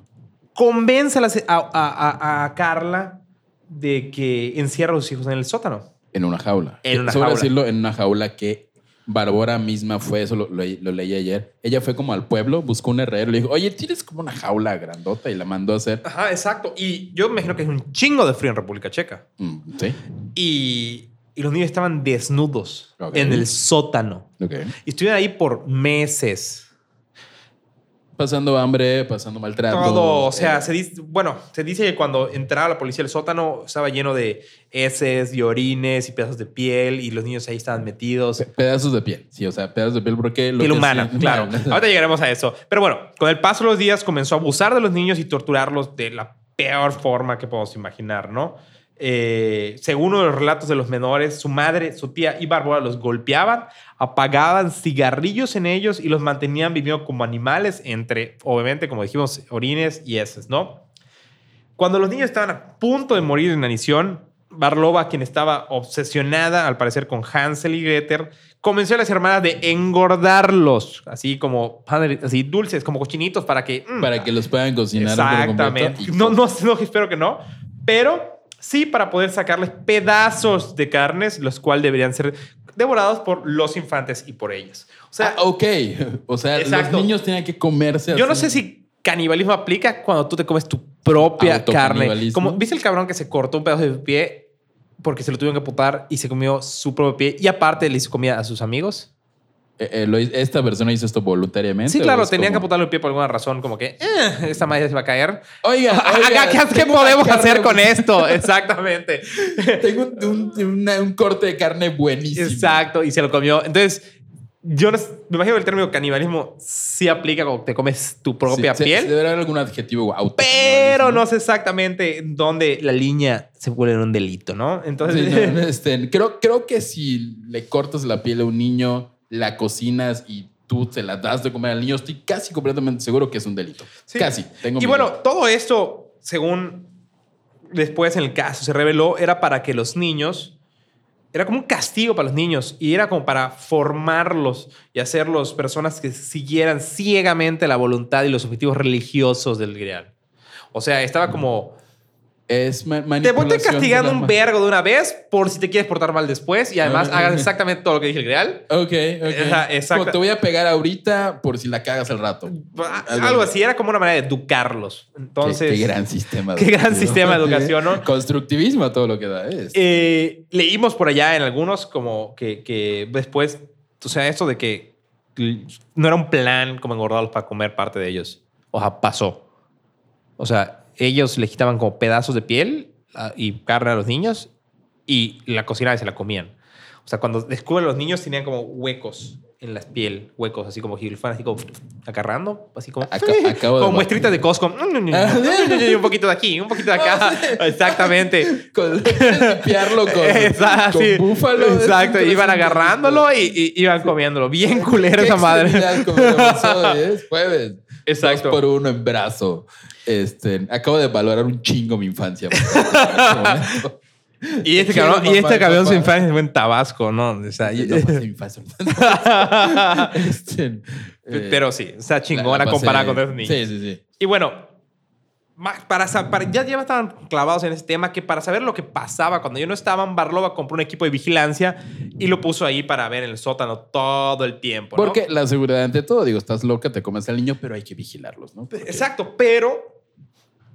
B: convence a, las- a- a- a- a Carla de que encierra a sus hijos en el sótano.
A: En una jaula.
B: En una
A: Sobre
B: jaula.
A: decirlo, en una jaula que Barbora misma fue, eso lo, lo- lo leí ayer. Ella fue como al pueblo, buscó un herrero, le dijo, oye, tienes como una jaula grandota y la mandó a hacer.
B: Ajá, exacto. Y yo me imagino que es un chingo de frío en República Checa.
A: Mm, sí,
B: Y, y los niños estaban desnudos
A: Ok.
B: en el sótano.
A: ok.
B: Y estuvieron ahí por meses.
A: Pasando hambre, pasando maltrato.
B: Todo, o sea,
A: eh,
B: se dice, bueno, se dice que cuando entraba la policía al sótano estaba lleno de heces y orines y pedazos de piel y los niños ahí estaban metidos.
A: pe- pedazos de piel. Sí, o sea, pedazos de piel porque... lo
B: Piel
A: que
B: humana, (laughs)
A: hacían- (laughs)
B: claro. Ahorita llegaremos a eso. Pero bueno, con el paso de los días comenzó a abusar de los niños y torturarlos de la peor forma que podemos imaginar, ¿no? Eh, según uno de los relatos de los menores, su madre, su tía y Bárbara los golpeaban, apagaban cigarrillos en ellos y los mantenían viviendo como animales entre, obviamente, como dijimos, orines y heces, ¿no? Cuando los niños estaban a punto de morir en adición, Barlova, quien estaba obsesionada al parecer con Hansel y Greter, convenció a las hermanas de engordarlos, así como padre- así dulces, como cochinitos para que mm,
A: Para que los puedan cocinar. por completo
B: exactamente.
A: y-
B: No, no, no, espero que no, pero sí para poder sacarles pedazos de carnes, los cuales deberían ser devorados por los infantes y por ellas. O sea,
A: Ah, ok. O sea,
B: Exacto.
A: los niños tienen que comerse.
B: yo no
A: así.
B: sé si canibalismo aplica cuando tú te comes tu propia carne.
A: Autocanibalismo.
B: Como viste el cabrón que se cortó un pedazo de pie porque se lo tuvieron que putar y se comió su propio pie y aparte le hizo comida a sus amigos.
A: Eh, eh, lo hizo- ¿Esta persona hizo esto voluntariamente?
B: Sí,
A: o
B: claro,
A: es
B: tenían que
A: como-
B: apuntarle el pie por alguna razón, como que "Eh, esta madre se va a caer.
A: Oiga,
B: (laughs)
A: oiga,
B: Acá, ¿Qué, qué
A: tengo una
B: podemos
A: carne
B: hacer con esto? Exactamente.
A: (laughs) Tengo un, un- una- un corte de carne buenísimo.
B: Exacto, y se lo comió. Entonces, yo no s- me imagino que el término canibalismo sí aplica cuando te comes tu propia
A: Sí, se-
B: piel.
A: se debe haber algún adjetivo auto.
B: Pero no sé exactamente dónde la línea se vuelve un delito, ¿no? Entonces, (laughs)
A: este, creo, creo que si le cortas la piel a un niño, la cocinas y tú se la das de comer al niño, estoy casi completamente seguro que es un delito.
B: Sí.
A: Casi. Tengo
B: y
A: mi
B: bueno,
A: duda.
B: todo esto, según después en el caso se reveló, era para que los niños, era como un castigo para los niños y era como para formarlos y hacerlos personas que siguieran ciegamente la voluntad y los objetivos religiosos del grial. O sea, estaba como...
A: es ma-
B: Te
A: manipulación.
B: voy a castigar
A: de la
B: un
A: ma-
B: vergo de una vez por si te quieres portar mal después y además hagas exactamente todo lo que dije el grial.
A: Ok, ok.
B: Ajá, exacto.
A: Como te voy a pegar ahorita por si la cagas al rato.
B: Algo, Ah, Algo así, era como una manera de educarlos. Entonces,
A: qué, qué gran sistema.
B: qué gran
A: educativo.
B: sistema de educación, ¿no?
A: Constructivismo a todo lo que da. Es.
B: eh, leímos por allá en algunos como que, que después, o sea, esto de que no era un plan como engordarlos para comer parte de ellos. O sea, pasó. O sea, ellos le quitaban como pedazos de piel ah, y carne a los niños y la cocinaban y se la comían. O sea, cuando descubren los niños tenían como huecos en las piel, huecos, así como gilfan, así como agarrando, así como...
A: Aca- acabo de
B: como
A: matar.
B: muestritas
A: (laughs)
B: de Costco. un poquito de aquí, un poquito de acá. Exactamente.
A: con (laughs) limpiarlo con,
B: (laughs) Exacto,
A: con
B: sí.
A: búfalo. Es (laughs)
B: Exacto,
A: interesante.
B: iban agarrándolo y, y iban comiéndolo. Bien culero
A: Qué (laughs)
B: esa madre.
A: extremidad, como lo pasó, ¿eh? Es jueves.
B: Exacto.
A: Dos por uno en brazo. Este, acabo de valorar un chingo mi infancia. por este
B: (laughs)
A: favor,
B: Y este
A: Quiero
B: cabrón, y
A: mamá
B: este
A: y
B: cabrón
A: papá.
B: sin fans fue en Tabasco, ¿no? O sea,
A: en este momento. Yo no pasé mi infancia. Este, eh,
B: (laughs) pero sí, o sea,
A: la- la
B: chingona
A: pasé-
B: comparada con esos niños.
A: Sí, sí, sí.
B: Y bueno, ma- para, sa- para- ya, ya estaban clavados en ese tema que para saber lo que pasaba cuando yo no estaba, Barlova compró un equipo de vigilancia y lo puso ahí para ver en el sótano todo el tiempo. ¿no?
A: Porque la seguridad ante todo, digo, estás loca, te comes al niño, pero hay que vigilarlos, ¿no? Porque-
B: Exacto, pero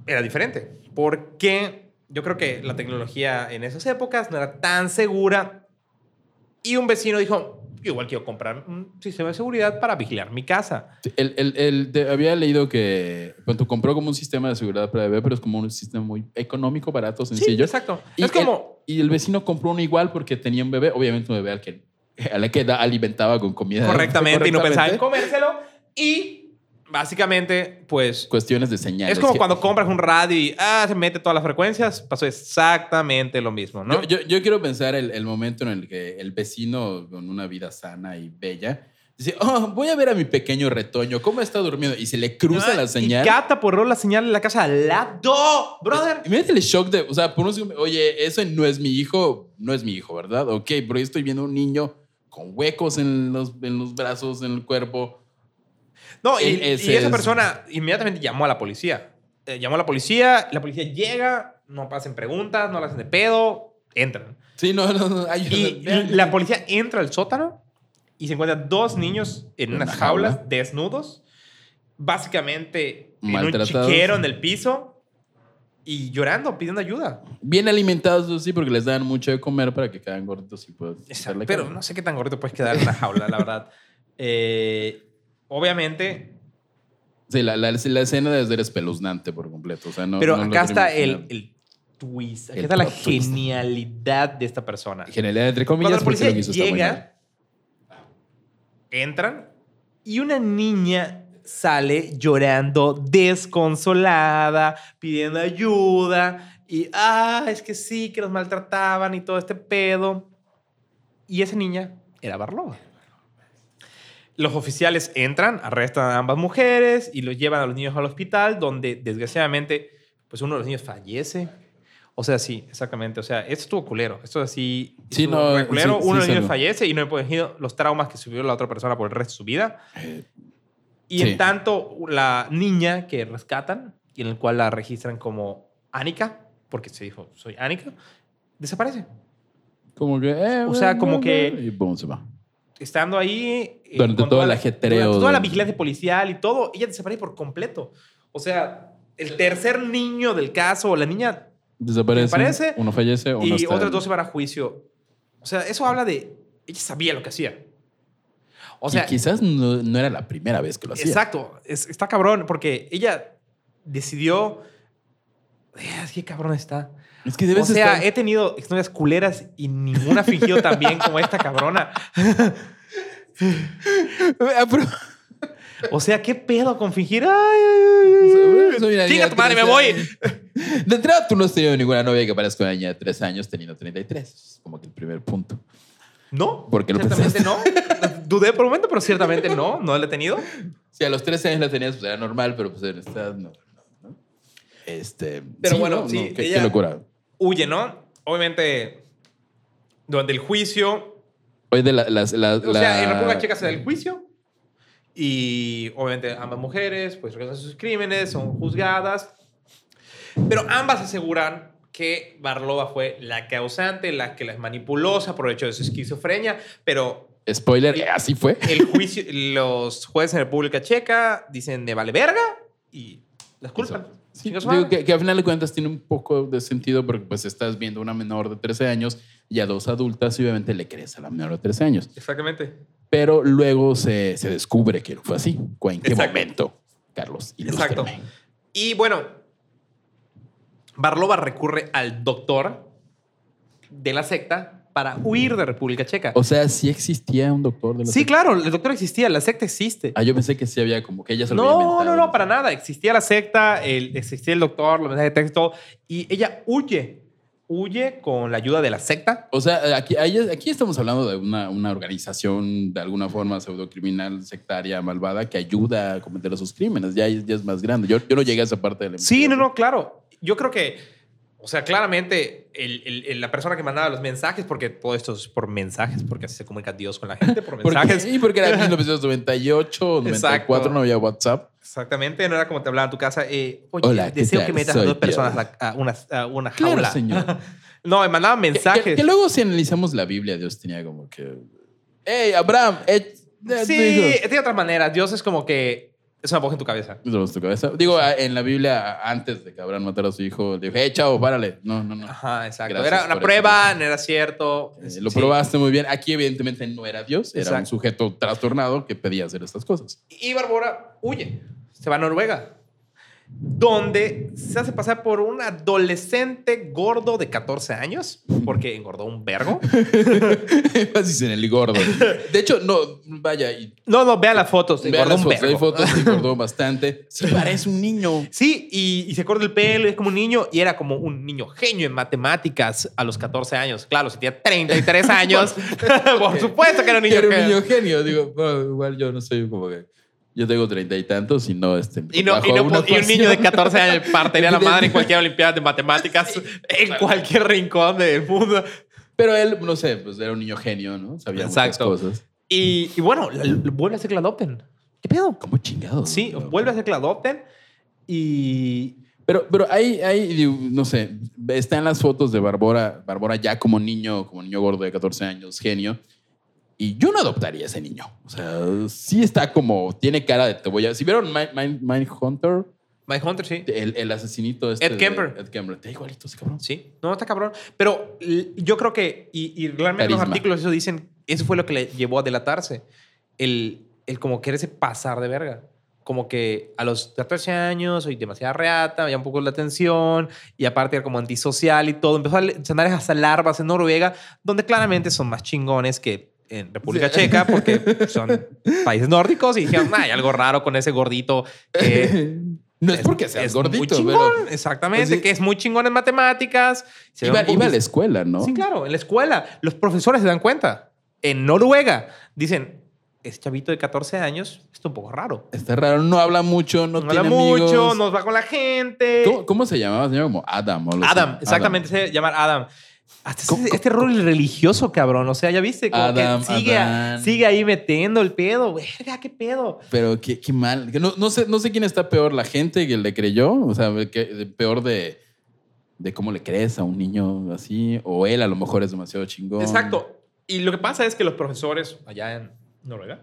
B: era diferente. Porque yo creo que la tecnología en esas épocas no era tan segura Y un vecino dijo, igual quiero comprar mm, un sistema de seguridad para vigilar mi casa.
A: El, el- el- te- había leído que cuando compró como un sistema de seguridad para bebé, pero es como un sistema muy económico, barato,
B: Sí,
A: sencillo.
B: exacto.
A: Y
B: es como...
A: El, y el vecino compró uno igual porque tenía un bebé, obviamente un bebé al que, a la que da- alimentaba con comida.
B: Correctamente, y no pensaba en
A: correctamente.
B: comérselo. Y básicamente, pues...
A: Cuestiones de señales.
B: Es como
A: que-
B: cuando compras un radio y ah, se mete todas las frecuencias. Pasó exactamente lo mismo, ¿no?
A: Yo, yo- yo quiero pensar el, el momento en el que el vecino con una vida sana y bella dice, oh, voy a ver a mi pequeño retoño, ¿cómo está durmiendo? Y se le cruza
B: Ah,
A: la señal.
B: Y Cata borró la señal de la casa al lado, brother.
A: Imagínate el shock de, o sea, por un segundo, oye, eso no es mi hijo, no es mi hijo, ¿verdad? Ok, pero yo estoy viendo un niño con huecos en los, en los brazos, en el cuerpo.
B: No, y,
A: E- ese
B: y esa
A: es-
B: persona inmediatamente llamó a la policía. Eh, llamó a la policía, la policía llega, no pasen preguntas, no la hacen de pedo, entran.
A: Sí, no, no, no. ay, (laughs)
B: Y
A: vean.
B: la policía entra al sótano y se encuentran dos niños en
A: ¿En
B: unas
A: una jaula?
B: jaulas desnudos, básicamente en un
A: Maltratados.
B: chiquero en el piso y llorando, pidiendo ayuda.
A: Bien alimentados, eso sí, porque les dan mucho de comer para que quedan gorditos y puedan. hacer la
B: Pero
A: carne.
B: no sé qué tan gordo puedes quedar en una jaula,
A: (laughs)
B: la verdad. Eh, obviamente,
A: Sí, la, la, la escena debe ser espeluznante por completo. O sea, no,
B: Pero
A: no lo
B: acá está
A: quiero
B: el,
A: imaginar.
B: el twist, acá
A: El
B: está la
A: plot twist.
B: genialidad de esta persona.
A: Genialidad, entre
B: Cuando
A: comillas, porque
B: la policía
A: lo que hizo está muy mal.
B: llega, entran y una niña sale llorando, desconsolada, pidiendo ayuda y, ah, es que sí, que los maltrataban y todo este pedo. Y esa niña era Barloba. Los oficiales entran, arrestan a ambas mujeres y los llevan a los niños al hospital, donde desgraciadamente, pues uno de los niños fallece. O sea, sí, exactamente. O sea, esto estuvo culero. Esto es así.
A: Sí,
B: estuvo
A: no,
B: re culero.
A: sí, sí,
B: uno de los
A: se
B: niños
A: lo-
B: fallece y no he podido los traumas que sufrió la otra persona por el resto de su vida. Y
A: Sí.
B: en tanto, la niña que rescatan y en el cual la registran como Anika, porque se dijo, soy Anika, desaparece.
A: Como que. eh,
B: O sea, como que-
A: Y boom, se va.
B: estando ahí. eh,
A: Durante
B: con
A: todo el
B: la-
A: ajetreo.
B: durante toda la
A: del-
B: vigilancia policial y todo, ella desaparece por completo. O sea, el tercer niño del caso, o la niña
A: Desaparece.
B: Desaparece.
A: Uno fallece, uno
B: y
A: está-
B: otras dos se van a juicio. O sea, eso habla de. Ella sabía lo que hacía. O sea,
A: y quizás no, no era la primera vez que lo hacía.
B: exacto. es- está cabrón, porque ella decidió. Es que cabrón está.
A: Es que debes
B: o sea,
A: estar-
B: he tenido exnovias culeras y ninguna ha fingido tan bien como esta cabrona.
A: (laughs) Ah, pero-
B: O sea, ¿qué pedo con fingir? Ay, ay, ay.
A: Soy una niña
B: Chinga
A: de
B: tu madre, me
A: 13
B: voy.
A: años. De entrada, tú no has tenido ninguna novia que parezca una niña de 3 años teniendo 33. Es como que el primer punto.
B: No.
A: ¿Por qué lo
B: Ciertamente no. Dudé por un momento, pero ciertamente no. No la he tenido.
A: Si a los 13 años la tenías, pues era normal, pero pues en esta edad no. ¿no? Este,
B: Pero bueno, sí,
A: qué- qué,
B: ella-
A: locura.
B: Huye, ¿no? Obviamente, durante el juicio.
A: Hoy de la, las- la-
B: O sea, en
A: la-
B: República Checa se da el juicio. Y obviamente ambas mujeres, pues, reconocen sus crímenes, son juzgadas. Pero ambas aseguran que Barlova fue la causante, la que las manipuló, se aprovechó de su esquizofrenia, pero
A: Spoiler, eh, así fue.
B: el juicio, los jueces en República Checa dicen me vale verga y las culpan.
A: Sí,
B: Chinga su
A: digo
B: madre.
A: que, que al final de cuentas tiene un poco de sentido porque pues estás viendo a una menor de 13 años y a dos adultas y obviamente le crees a la menor de 13 años.
B: Exactamente.
A: Pero luego se, se descubre que no fue así. ¿O ¿En qué
B: Exacto.
A: momento, Carlos?
B: Exacto.
A: Ilústrame.
B: Y bueno, Barlova recurre al doctor de la secta para huir de República Checa.
A: O sea, sí existía un doctor de la
B: sí,
A: secta?
B: claro, el doctor existía, la secta existe.
A: Ah, yo pensé que sí había como que ella se lo había
B: No, no,
A: inventado.
B: no, para nada. Existía la secta, el- existía el doctor, los mensajes de texto, y ella huye. Huye con la ayuda de la secta.
A: O sea, eh, aquí, ahí es- aquí estamos hablando de una, una organización de alguna forma pseudocriminal, sectaria, malvada, que ayuda a cometer esos crímenes. Ya, es- ya es más grande. Yo, yo no llegué a esa parte de la
B: Sí, no,
A: investigación.
B: no, claro. Yo creo que, o sea, claramente el- el- el- la persona que mandaba los mensajes, porque todo esto es por mensajes, porque así se comunica Dios con la gente,
A: (laughs)
B: por
A: Porque,
B: mensajes.
A: sí, porque
B: (laughs)
A: era 1998, 94,
B: Exacto.
A: no había WhatsApp.
B: Exactamente, no era como te hablaba en tu casa. eh, Oye,
A: Hola, ¿qué
B: deseo
A: tal?
B: que metas a
A: Soy
B: dos personas a, a una, a una
A: Claro,
B: jaula. (laughs)
A: señor.
B: no, me mandaban
A: Que,
B: mensajes.
A: que- que luego si analizamos la Biblia, Dios tenía como que... ¡Hey, Abraham! eh, eh,
B: sí,
A: tu hijo".
B: de otras maneras. Dios es como que Es una voz en tu cabeza.
A: Eso es tu cabeza. Digo, a- en la Biblia, antes de que Abraham matara a su hijo, le dijo, hey, chavo, párale. No, no, no.
B: Ajá, exacto.
A: Gracias
B: era una
A: por
B: prueba, no era cierto.
A: Eh, lo
B: Sí.
A: probaste muy bien. Aquí, evidentemente, no era Dios. Era un
B: Exacto.
A: sujeto trastornado que pedía hacer estas cosas. (laughs)
B: Y Bárbara huye, se va a Noruega, donde se hace pasar por un adolescente gordo de 14 años, porque engordó un vergo.
A: Énfasis en el gordo. De hecho, no, vaya, y
B: No, no, vean las fotos,
A: vean
B: engordó
A: las
B: un
A: fotos.
B: vergo.
A: Hay fotos (laughs) que engordó bastante. Sí, parece un niño.
B: Sí, y, y se corta el pelo, y es como un niño, y era como un niño genio en matemáticas a los 14 años. Claro, si tenía
A: (laughs)
B: 33 años, por supuesto que era un niño
A: Era un
B: genio.
A: niño genio. Digo, no, igual yo no soy como que. Yo tengo treinta y tantos y no este.
B: Y, no, y,
A: bajo
B: no
A: una
B: po- y un niño de
A: ecuación. (laughs)
B: 14 años partiría la madre en cualquier olimpiada de matemáticas, en cualquier rincón del mundo.
A: Pero él, no sé, pues era un niño genio, ¿no? Sabía
B: Exacto.
A: muchas cosas.
B: Y, y bueno, la- la- vuelve a hacer que la adopten. ¿Qué pedo?
A: ¿Cómo chingados?
B: Sí,
A: ¿no?
B: vuelve a hacer que la adopten y...
A: Pero, pero ahí, ahí, digo, no sé, están las fotos de Barbora, Barbora ya como niño, como niño gordo de 14 años, genio. Y yo no adoptaría a ese niño. O sea, sí está como, tiene cara de te voy a. Si vieron Mind, Hunter,
B: My Hunter, sí.
A: el, el asesinito este.
B: Ed
A: de-
B: Kemper.
A: Ed Kemper. Está igualito ese cabrón.
B: Sí, no, está cabrón. Pero l- yo creo que, y, y realmente
A: Carisma.
B: los artículos eso dicen, eso fue lo que le llevó a delatarse. El, el como quererse pasar de verga. Como que a los 14 años soy demasiada reata, había un poco la atención y aparte era como antisocial y todo. Empezó a le- sonar hasta larvas en Noruega, donde claramente son más chingones que en República
A: Sí.
B: Checa
A: (laughs)
B: porque son países nórdicos y dijeron, "Ay, hay algo raro con ese gordito que
A: (laughs) no es porque seas gordito,
B: Eh, muy
A: pero-
B: chingón, exactamente,
A: Pues sí.
B: que es muy chingón en matemáticas. Se
A: Iba,
B: ve un
A: iba a la
B: poco-
A: escuela, ¿no?
B: Sí, claro, en la escuela. Los profesores se dan cuenta. En Noruega dicen, este chavito de 14 años está un poco raro.
A: Está raro, no habla mucho, no,
B: No
A: tiene
B: habla mucho,
A: amigos.
B: nos va con la gente.
A: ¿Cómo, cómo se llamaba? Se llamaba como Adam. o algo así.
B: Adam, exactamente, se llama Adam. Hasta
A: Co-
B: este, este rol religioso, cabrón. O sea, ya viste, como
A: Adam,
B: que sigue,
A: Adán.
B: sigue ahí metiendo el pedo. Verga, qué pedo.
A: Pero qué, qué mal. Que No, no, sé, no sé quién está peor, la gente que le creyó, o sea, que- de- peor de, de cómo le crees a un niño así, o él a lo mejor es demasiado chingón.
B: Exacto. Y lo que pasa es que los profesores allá en Noruega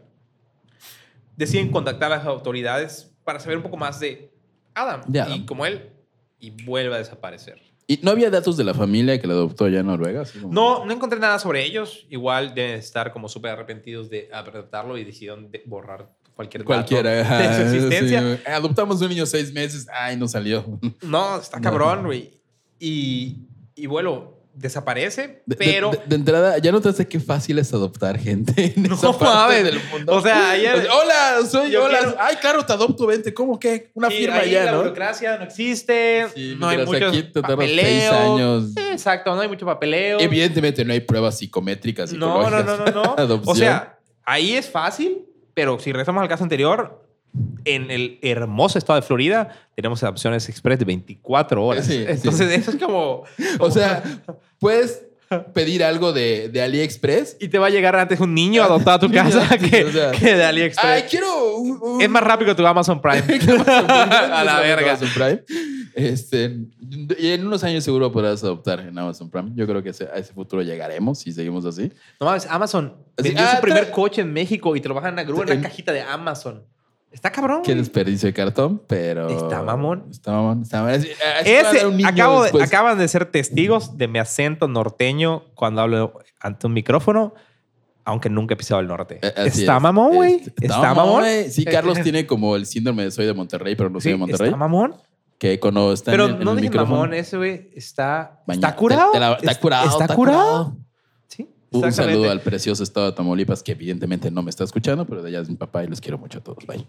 B: deciden contactar a las autoridades para saber un poco más de Adam,
A: De Adam.
B: y como él y vuelve a desaparecer.
A: ¿Y no había datos de la familia que le adoptó allá en Noruega? Así como-
B: No, no encontré nada sobre ellos. Igual deben estar como súper arrepentidos de adoptarlo y decidieron de- borrar cualquier dato
A: Cualquiera.
B: de su
A: ajá,
B: existencia.
A: (laughs) sí. Adoptamos un niño seis meses. Ay, no salió. (laughs)
B: No, está cabrón, güey. Y, y bueno, desaparece,
A: De- de-
B: pero...
A: De, de entrada, ya notaste qué fácil es adoptar gente
B: (laughs)
A: en
B: No
A: esa parte
B: mames.
A: del mundo.
B: O sea, ayer-
A: O sea, hola, soy
B: Yo
A: hola.
B: quiero-
A: Ay, claro, te adopto, vente. ¿Cómo que? Una
B: Sí,
A: firma
B: ahí
A: ya,
B: la
A: ¿no?
B: burocracia no existe.
A: Sí,
B: no hay
A: mientras
B: mucho
A: aquí te tardas seis
B: papeleo.
A: años.
B: Sí, Exacto, no hay mucho papeleo.
A: Evidentemente no hay pruebas psicométricas.
B: no, no,
A: psicológicas
B: no, no,
A: (laughs)
B: no.
A: para adopción.
B: O sea, ahí es fácil, pero si regresamos al caso anterior, en el hermoso estado de Florida tenemos adopciones express de 24 horas.
A: Sí, sí.
B: Entonces, eso es como...
A: (laughs) o sea, puedes pedir algo de, de AliExpress.
B: Y te va a llegar antes un niño adoptado a tu
A: Niño,
B: casa
A: (laughs) sí,
B: que,
A: o sea.
B: que de AliExpress.
A: Ay, quiero un- un-
B: es
A: (laughs)
B: más rápido que tu Amazon Prime. (laughs) a la verga.
A: Amazon Prime. Este, y en unos años seguro podrás adoptar en Amazon Prime. Yo creo que ese- a ese futuro llegaremos si seguimos así.
B: No mames, Amazon
A: Así,
B: vendió
A: ah,
B: su primer
A: tra-
B: coche en México y te lo bajan en una grúa, en
A: En-
B: una cajita de Amazon. Está cabrón.
A: Qué
B: güey.
A: desperdicio de cartón, pero.
B: Está mamón.
A: Está mamón. Está mamón. Así- así va a
B: Ese-
A: dar un niño
B: acabo de-
A: después.
B: acaban de ser testigos de mi acento norteño cuando hablo ante un micrófono, aunque nunca he pisado el norte.
A: Eh, así
B: Está
A: es.
B: mamón, güey.
A: Este,
B: Está, mamón.
A: güey. Sí, Carlos
B: Eh,
A: tiene como el síndrome de soy de Monterrey, pero no
B: sí,
A: soy de Monterrey.
B: Está mamón.
A: que cuando está
B: Pero
A: en, el- en
B: no
A: el
B: dije
A: micrófono.
B: mamón ese, güey. Está,
A: baña-
B: está curado.
A: te- te la- está
B: Es-
A: curado.
B: Está, curado. Sí,
A: Un
B: exactamente.
A: saludo al precioso estado de Tamaulipas, que evidentemente no me está escuchando, pero de allá es mi papá y los quiero mucho a todos. Bye.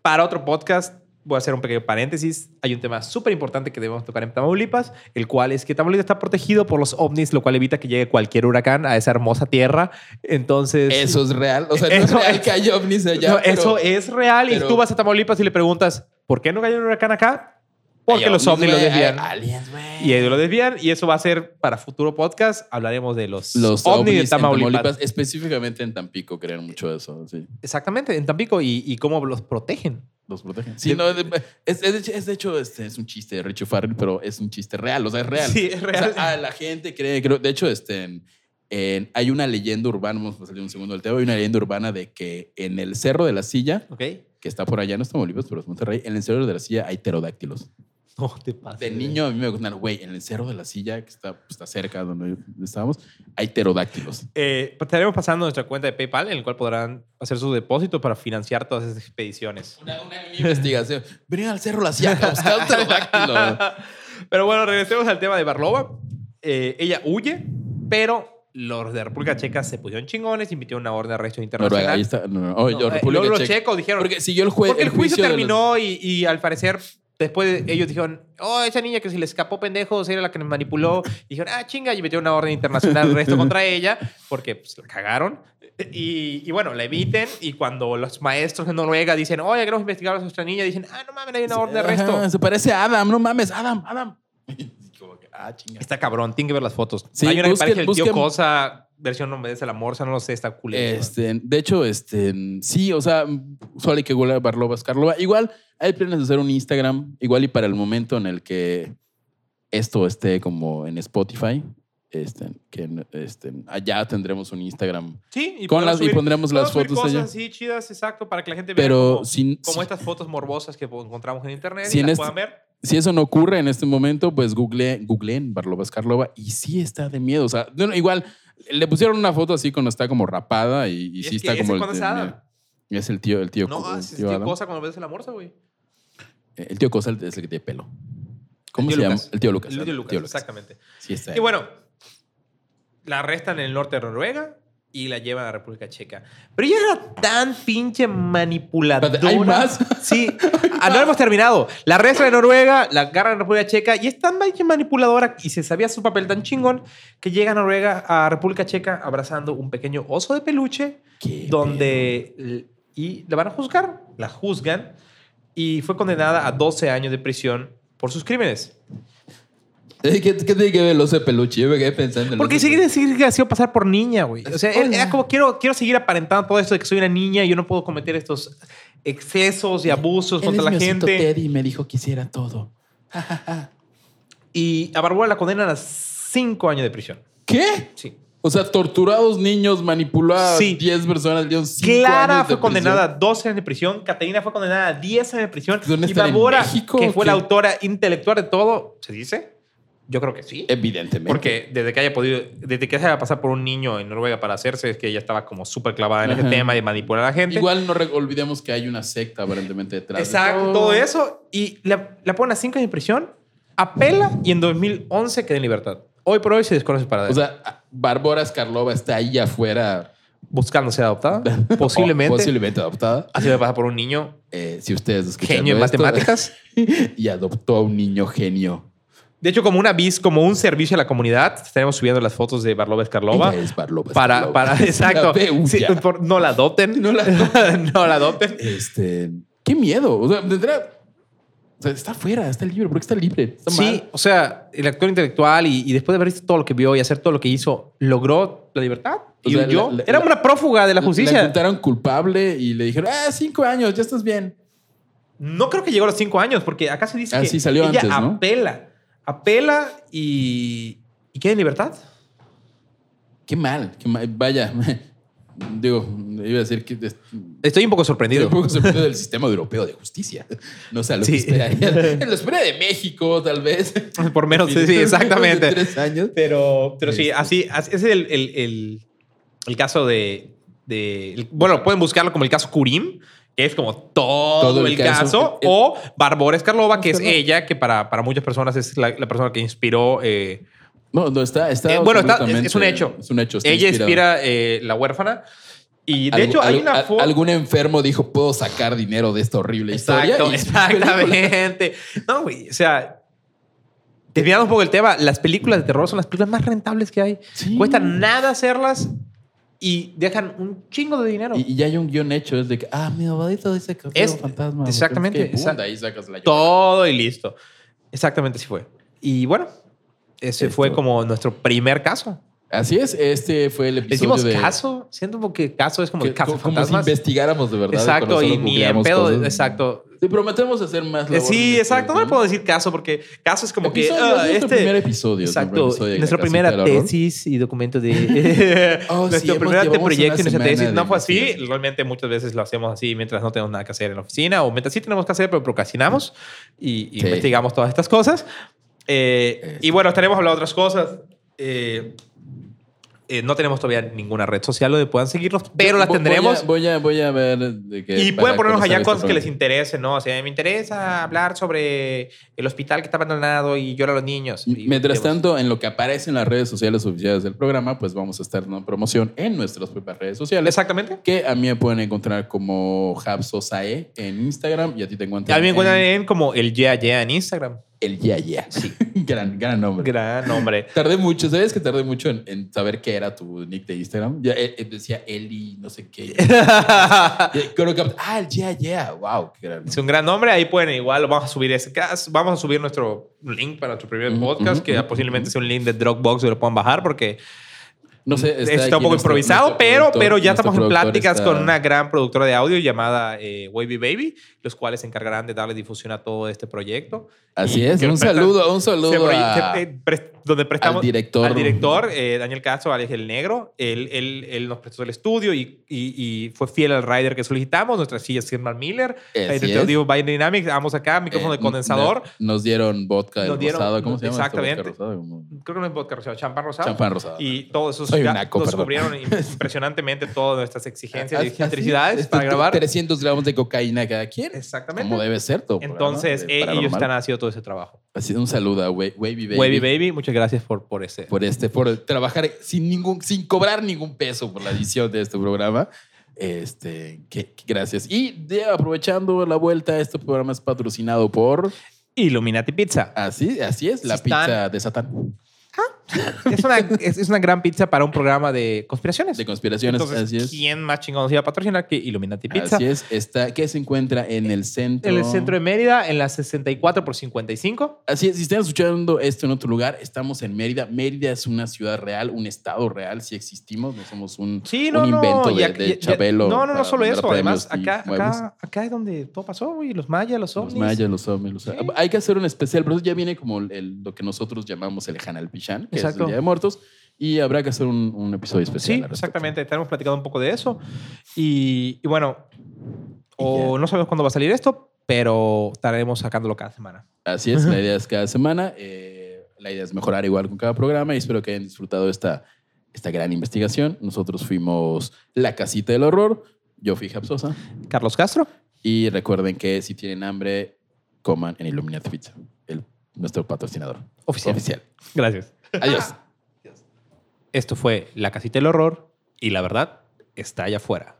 B: Para otro podcast, voy a hacer un pequeño paréntesis. Hay un tema súper importante que debemos tocar en Tamaulipas, el cual es que Tamaulipas está protegido por los ovnis, lo cual evita que llegue cualquier huracán a esa hermosa tierra. Entonces.
A: Eso es real. O sea, no es
B: Eso
A: real
B: es-
A: que hay ovnis allá.
B: No,
A: pero
B: eso es real.
A: pero-
B: y tú vas a Tamaulipas y le preguntas, ¿por qué no cayó un huracán acá? Porque
A: hay
B: los ovnis lo
A: güey,
B: desvían.
A: hay aliens, güey.
B: Y ellos lo desvían. Y eso va a ser para futuro podcast. Hablaremos de los,
A: Los
B: ovnis,
A: ovnis
B: de Tamaulipas.
A: en Tamaulipas, específicamente en Tampico, creen mucho eso. Sí,
B: Exactamente, en Tampico. Y, y cómo los protegen.
A: los protegen. Sí, no, de- es, es de hecho- es de hecho, este, es un chiste de Richie Farrell, pero es un chiste real. O sea, es real.
B: Sí, es
A: O
B: real.
A: sea, ah, a la gente cree, creo, de hecho, este, en- en- hay una leyenda urbana, vamos a salir un segundo del tema, hay una leyenda urbana de que en el Cerro de la Silla
B: ok.
A: que está por allá, no es Tamaulipas, pero es Monterrey, en el cerro de la silla hay pterodáctilos.
B: No te pases.
A: De
B: güey.
A: niño a mí me gustan, güey, en el cerro de la silla, que está, pues, está cerca donde estábamos, hay pterodáctilos.
B: Eh, estaremos pasando nuestra cuenta de PayPal, en el cual podrán hacer su depósito para financiar todas esas expediciones.
A: Una, una (laughs) investigación. Venir al cerro de la silla a buscar un
B: (laughs)
A: pterodáctilo.
B: Pero bueno, regresemos al tema de Barlova. Eh, ella huye, pero los de República Checa se pusieron chingones, invitaron una orden de arresto internacional.
A: Noruega, ahí está. No, no, oh,
B: No,
A: yo,
B: eh,
A: República
B: luego los
A: Checa.
B: checos dijeron.
A: Porque siguió Pues, el, jue-
B: Porque el juicio,
A: de los-
B: terminó y, y al parecer después ellos dijeron, oh, esa niña que se le escapó pendejos era la que nos manipuló. Y dijeron, ah, chinga, y metió una orden internacional de
A: (laughs)
B: arresto contra ella porque pues, la cagaron. Y, y bueno, la eviten y cuando los maestros de Noruega dicen, oye, queremos investigar a nuestra niña, dicen, ah, no mames, hay una orden de arresto.
A: Ajá, se parece a Adam, no mames, Adam, Adam. Y como que, ah, chinga.
B: Está cabrón, tienen que ver las fotos.
A: Sí,
B: hay una que
A: busquen-
B: parece el tío
A: busquen-
B: Cosa, versión no obedece a la morsa, no lo sé, está culero.
A: Este, de hecho, este, sí, o sea, Suárez que huele a Barlova Skarlova. Igual hay planes de hacer un Instagram, igual y para el momento en el que esto esté como en Spotify, este, que este, allá tendremos un Instagram.
B: Sí, y,
A: Con
B: podemos
A: las- y pondremos las
B: podemos subir
A: fotos
B: cosas
A: allá.
B: así chidas, exacto, para que la gente vea
A: Pero
B: cómo-
A: si,
B: como
A: si-
B: estas fotos morbosas que encontramos en internet
A: Sí,
B: y
A: en
B: las
A: este-
B: puedan ver.
A: si eso no ocurre en este momento, pues google, googleen Barlova Skarlova y sí está de miedo. O sea, no, igual le pusieron una foto así cuando está como rapada y, y
B: Y
A: sí
B: es que
A: está
B: ese
A: como.
B: cuando
A: el,
B: es Adam.
A: el- es el tío, el tío.
B: No, ah,
A: el
B: es
A: tío
B: tío
A: Adam.
B: cosa cuando ves la morsa, güey.
A: El tío Cosa es el que tiene pelo. ¿Cómo
B: El
A: se
B: tío
A: llama?
B: Lucas.
A: El tío Lucas.
B: El tío Lucas, exactamente.
A: Sí, está.
B: Y bueno, la arrestan en el norte de Noruega y la llevan a la República Checa. Pero ella era tan pinche manipuladora.
A: Espérate, ¿hay más?
B: (laughs)
A: (laughs)
B: Sí. Ah, no hemos terminado. La arrestan en Noruega, la agarran en la República Checa y es tan pinche manipuladora y se sabía su papel tan chingón que llega a Noruega, a República Checa, abrazando un pequeño oso de peluche
A: Qué
B: donde l- y la van a juzgar, la juzgan y fue condenada a 12 años de prisión por sus crímenes.
A: Eh, ¿Qué, qué tiene que ver el oso de peluche? Yo me quedé pensando. en el
B: Porque
A: oso de
B: sigue decir que ha sido pasar por niña, güey. O sea, él- era como quiero, quiero seguir aparentando todo esto de que soy una niña y yo no puedo cometer estos excesos y abusos
A: peluche.
B: contra la
A: Él es mi osito
B: gente.
A: Teddy y me dijo que hiciera todo.
B: Y a Barbola la condenan a 5 años de prisión.
A: ¿Qué?
B: Sí.
A: O sea, torturados niños, manipuladas
B: Sí.
A: 10 personas, dieron 5
B: Clara
A: años de
B: fue condenada a
A: prisión.
B: 12 años de prisión, Caterina fue condenada a 10 años de prisión
A: ¿Dónde
B: y
A: están, en
B: Barbora,
A: México
B: que
A: o
B: fue la
A: qué?
B: autora intelectual de todo, ¿se dice? Yo creo que sí.
A: Evidentemente.
B: Porque desde que haya podido, desde que haya pasado por un niño en Noruega para hacerse, es que ella estaba como súper clavada en ese
A: Ajá.
B: tema de manipular a la gente.
A: Igual no re- olvidemos que hay una secta aparentemente detrás. de
B: Exacto, todo eso. Y la, la ponen a 5 años de prisión, apela y en 2011 queda en libertad. Hoy por hoy se desconoce para
A: O sea, Bárbara Skarlova está ahí afuera.
B: buscando
A: (laughs)
B: ser adoptada,
A: Oh,
B: posiblemente.
A: O- Posiblemente adoptada.
B: Ha sido pasar por un niño
A: Eh, si ustedes escuchan
B: genio en
A: esto-
B: matemáticas.
A: y adoptó a un niño genio.
B: De hecho, como una bis, como un servicio a la comunidad, estaremos subiendo las fotos de
A: (laughs)
B: Barlova Escarlova.
A: Ella es Barlova
B: Para,
A: Escarlova.
B: para,
A: Es (laughs) una
B: (laughs) exacto.
A: beulla.
B: Sí, por- no la adopten. No la adopten. (laughs) no la adopten.
A: Este, qué miedo. O sea, de entrada, o sea, está fuera, está libre. ¿Por qué está libre? Está
B: Sí,
A: mal.
B: o sea, el actor intelectual y, y después de haber visto todo lo que vio y hacer todo lo que hizo, logró la libertad. Y
A: sea,
B: huyó.
A: la- la-
B: Era
A: la-
B: una prófuga de la
A: La
B: justicia.
A: encontraron culpable y le dijeron, ah, cinco años, ya estás bien.
B: no creo que llegó a los cinco años, porque acá se dice
A: Ah,
B: que
A: sí, salió
B: ella
A: antes, ¿no?
B: apela, apela y, y queda en libertad.
A: Qué mal, qué mal. Vaya, (laughs) digo, iba a decir que es-
B: Estoy un poco
A: estoy
B: sorprendido.
A: un poco sorprendido del sistema europeo de justicia. No sé, a lo
B: Sí.
A: que (laughs) esperaría. Lo espera de México, tal vez.
B: (laughs)
A: (laughs)
B: Por menos, sí, sí,
A: Definitivamente
B: exactamente.
A: Tres años.
B: Pero, pero sí,
A: Este.
B: así, así- ese es el, el- el- el caso de, de- el- Bueno, pueden buscarlo como el caso Kurim, que es como todo,
A: Todo
B: el,
A: el
B: caso.
A: caso. El- el-
B: o Barbora Escarlova, que es
A: Escarlova.
B: ella, que para, para muchas personas es la, la persona que inspiró. eh,
A: No, no, está. está
B: eh, bueno, está- es,
A: absolutamente-
B: es un hecho.
A: Es un hecho. está
B: ella
A: inspirado.
B: inspira eh, La huérfana. Y de
A: Algu-
B: hecho, hay
A: algu-
B: una
A: a-
B: foto.
A: Algún enfermo dijo, puedo sacar dinero de esta horrible
B: Exacto,
A: historia. y-
B: (laughs) exactamente. No, güey, o sea, desviando un poco el tema, las películas de terror son las películas más rentables que hay.
A: (laughs) Sí.
B: Cuesta nada hacerlas y dejan un chingo de dinero.
A: Y, y ya hay un guión hecho, es de que, ah, mi abuelito dice que
B: Es-
A: es fantasma.
B: exactamente,
A: Qué punta,
B: exact-
A: ahí sacas la
B: Todo y listo. Exactamente así fue. Y bueno, ese
A: Esto.
B: fue como nuestro primer caso.
A: Así es, este fue el
B: Le
A: episodio
B: hicimos
A: de...
B: caso. Siento como que caso es como
A: que-
B: el caso
A: como, como si
B: fantasmas.
A: investigáramos de verdad.
B: Exacto,
A: cuando
B: y
A: solo
B: ni en
A: googleamos
B: pedo.
A: cosas.
B: Exacto.
A: Te prometemos hacer más labor
B: Eh,
A: de
B: Sí,
A: investigación,
B: exacto. No le puedo decir caso porque caso es como que.
A: Episodio,
B: ah,
A: es nuestro
B: este,
A: primer episodio.
B: Exacto. Nuestra primera
A: tesis.
B: tesis y
A: (laughs)
B: documento
A: Oh,
B: de. (laughs)
A: sí,
B: nuestro
A: hemos-
B: primer
A: llevamos una
B: anteproyecto y nuestra
A: semana
B: tesis.
A: de
B: No fue así.
A: investigación.
B: Realmente muchas veces lo hacemos así mientras no tenemos nada que hacer en la oficina o mientras sí tenemos que hacer, pero procrastinamos y, y
A: Sí.
B: investigamos todas estas cosas. Eh, y bueno, estaremos hablando de otras cosas. Eh, eh, no tenemos todavía ninguna red social donde puedan seguirnos, pero las
A: Voy a-
B: tendremos.
A: Voy a, voy a ver. de que-
B: Y
A: para
B: pueden ponernos
A: conocer
B: allá
A: este
B: cosas que les
A: programa.
B: interesen, ¿no? O sea, me interesa hablar sobre el hospital que está abandonado y llora a los niños. Y-
A: Mientras
B: y-
A: tanto, en lo que aparece en las redes sociales oficiales del programa, pues vamos a estar dando promoción en nuestras propias redes sociales.
B: Exactamente.
A: Que a mí me pueden encontrar como Habsosae en Instagram y a ti te encuentran.
B: A mí me encuentran
A: en
B: en como el ya ya en Instagram.
A: El Ya Ya. Sí. (laughs) gran, gran nombre.
B: Gran nombre.
A: Tardé mucho, ¿sabes que tardé mucho en, en saber qué era tu nick de Instagram? Ya eh, eh, decía Eli, no sé
B: (laughs)
A: qué. Y Creo que, ah, el yeah, yeah, wow, qué gran.
B: es un gran nombre. Ahí pueden igual vamos a subir ese cas- vamos a subir nuestro link para nuestro primer
A: Ujú,
B: podcast
A: ujú,
B: que
A: ujú,
B: posiblemente sea un link de Dropbox y lo puedan bajar porque
A: No sé, aquí
B: está, un poco
A: nuestro-
B: improvisado,
A: nuestro
B: pero,
A: productor-
B: pero
A: nuestro
B: ya estamos en
A: productor
B: pláticas
A: está-
B: con una gran productora de audio llamada eh, Wavy Baby, los cuales se encargarán de darle difusión a todo este proyecto.
A: Así
B: Y
A: es,
B: que
A: un
B: nos prestan-
A: saludo, un
B: se
A: saludo
B: proye-
A: a-
B: se- eh, pres- donde prestamos
A: al director.
B: al director, eh, Daniel Castro, Alex el Negro. Él, él, él nos prestó el estudio y, y- y fue fiel al rider que solicitamos. Nuestra silla es Germán Miller.
A: Así
B: El director
A: es.
B: digo, Biden Dynamics. Vamos acá,
A: eh,
B: micrófono de condensador.
A: na- Nos dieron vodka
B: Nos
A: del
B: dieron-
A: rosado, ¿cómo se llama? este
B: exactamente.
A: vodka rosado? Como-
B: Creo que no es vodka rosado, champán rosado.
A: Champán rosado.
B: Y todo eso
A: Soy un
B: ya
A: naco,
B: nos
A: perdón. (laughs)
B: cubrieron impresionantemente todas nuestras exigencias
A: Así-
B: y
A: así-
B: excentricidades
A: este,
B: para grabar.
A: 300 gramos de cocaína cada quien.
B: Exactamente.
A: Como debe ser todo. programa de
B: Entonces, eh, ellos
A: paranormal.
B: están haciendo todo ese trabajo.
A: Así un saludo a Wa- Wavy Baby.
B: Wavy Baby, muchas gracias por, por ese.
A: por este, por trabajar sin ningún, sin cobrar ningún peso por la edición de este programa. Este, que, que gracias. Y de- aprovechando la vuelta, este programa es patrocinado por
B: Illuminati Pizza.
A: así, así es, la
B: Si están-
A: pizza de Satán
B: Es una, es, es una gran pizza para un programa de conspiraciones.
A: de conspiraciones.
B: Entonces,
A: así es.
B: ¿quién más chingón se iba a patrocinar que Illuminati Pizza?
A: Así es, está, que se encuentra en el centro.
B: En el centro de Mérida, en la 64 por 55.
A: Así es, si están escuchando esto en otro lugar, estamos en Mérida. Mérida es una ciudad real, un estado real, si existimos, no somos un,
B: Sí, no,
A: un invento
B: no. y
A: de,
B: aquí-
A: de
B: y- y-
A: Chabelo.
B: No, no, no
A: para
B: solo
A: ganar
B: eso. Además,
A: premios y
B: acá,
A: muebles.
B: acá, acá es donde todo pasó, güey. Los mayas, los ovnis.
A: Los mayas, los ovnis, los-
B: Sí.
A: Hay que hacer un especial, pero eso ya viene como el- lo que nosotros llamamos el Hanal Pichán, que es
B: Exacto.
A: el Día de Muertos, y habrá que hacer un, un episodio especial.
B: Sí,
A: al respecto.
B: exactamente. Estaremos platicando un poco de eso. Y, y bueno,
A: Y
B: o no sabemos cuándo va a salir esto, pero estaremos sacándolo cada semana.
A: Así es, la idea es cada semana. eh, la idea es mejorar igual con cada programa y espero que hayan disfrutado esta, esta gran investigación. Nosotros fuimos La Casita del Horror, yo fui Japsosa,
B: Carlos Castro.
A: y recuerden que si tienen hambre, coman en Illuminati Pizza, el- nuestro patrocinador
B: Oficial.
A: oficial.
B: Gracias.
A: Adiós.
B: Esto fue La Casita del Horror y la verdad está allá afuera.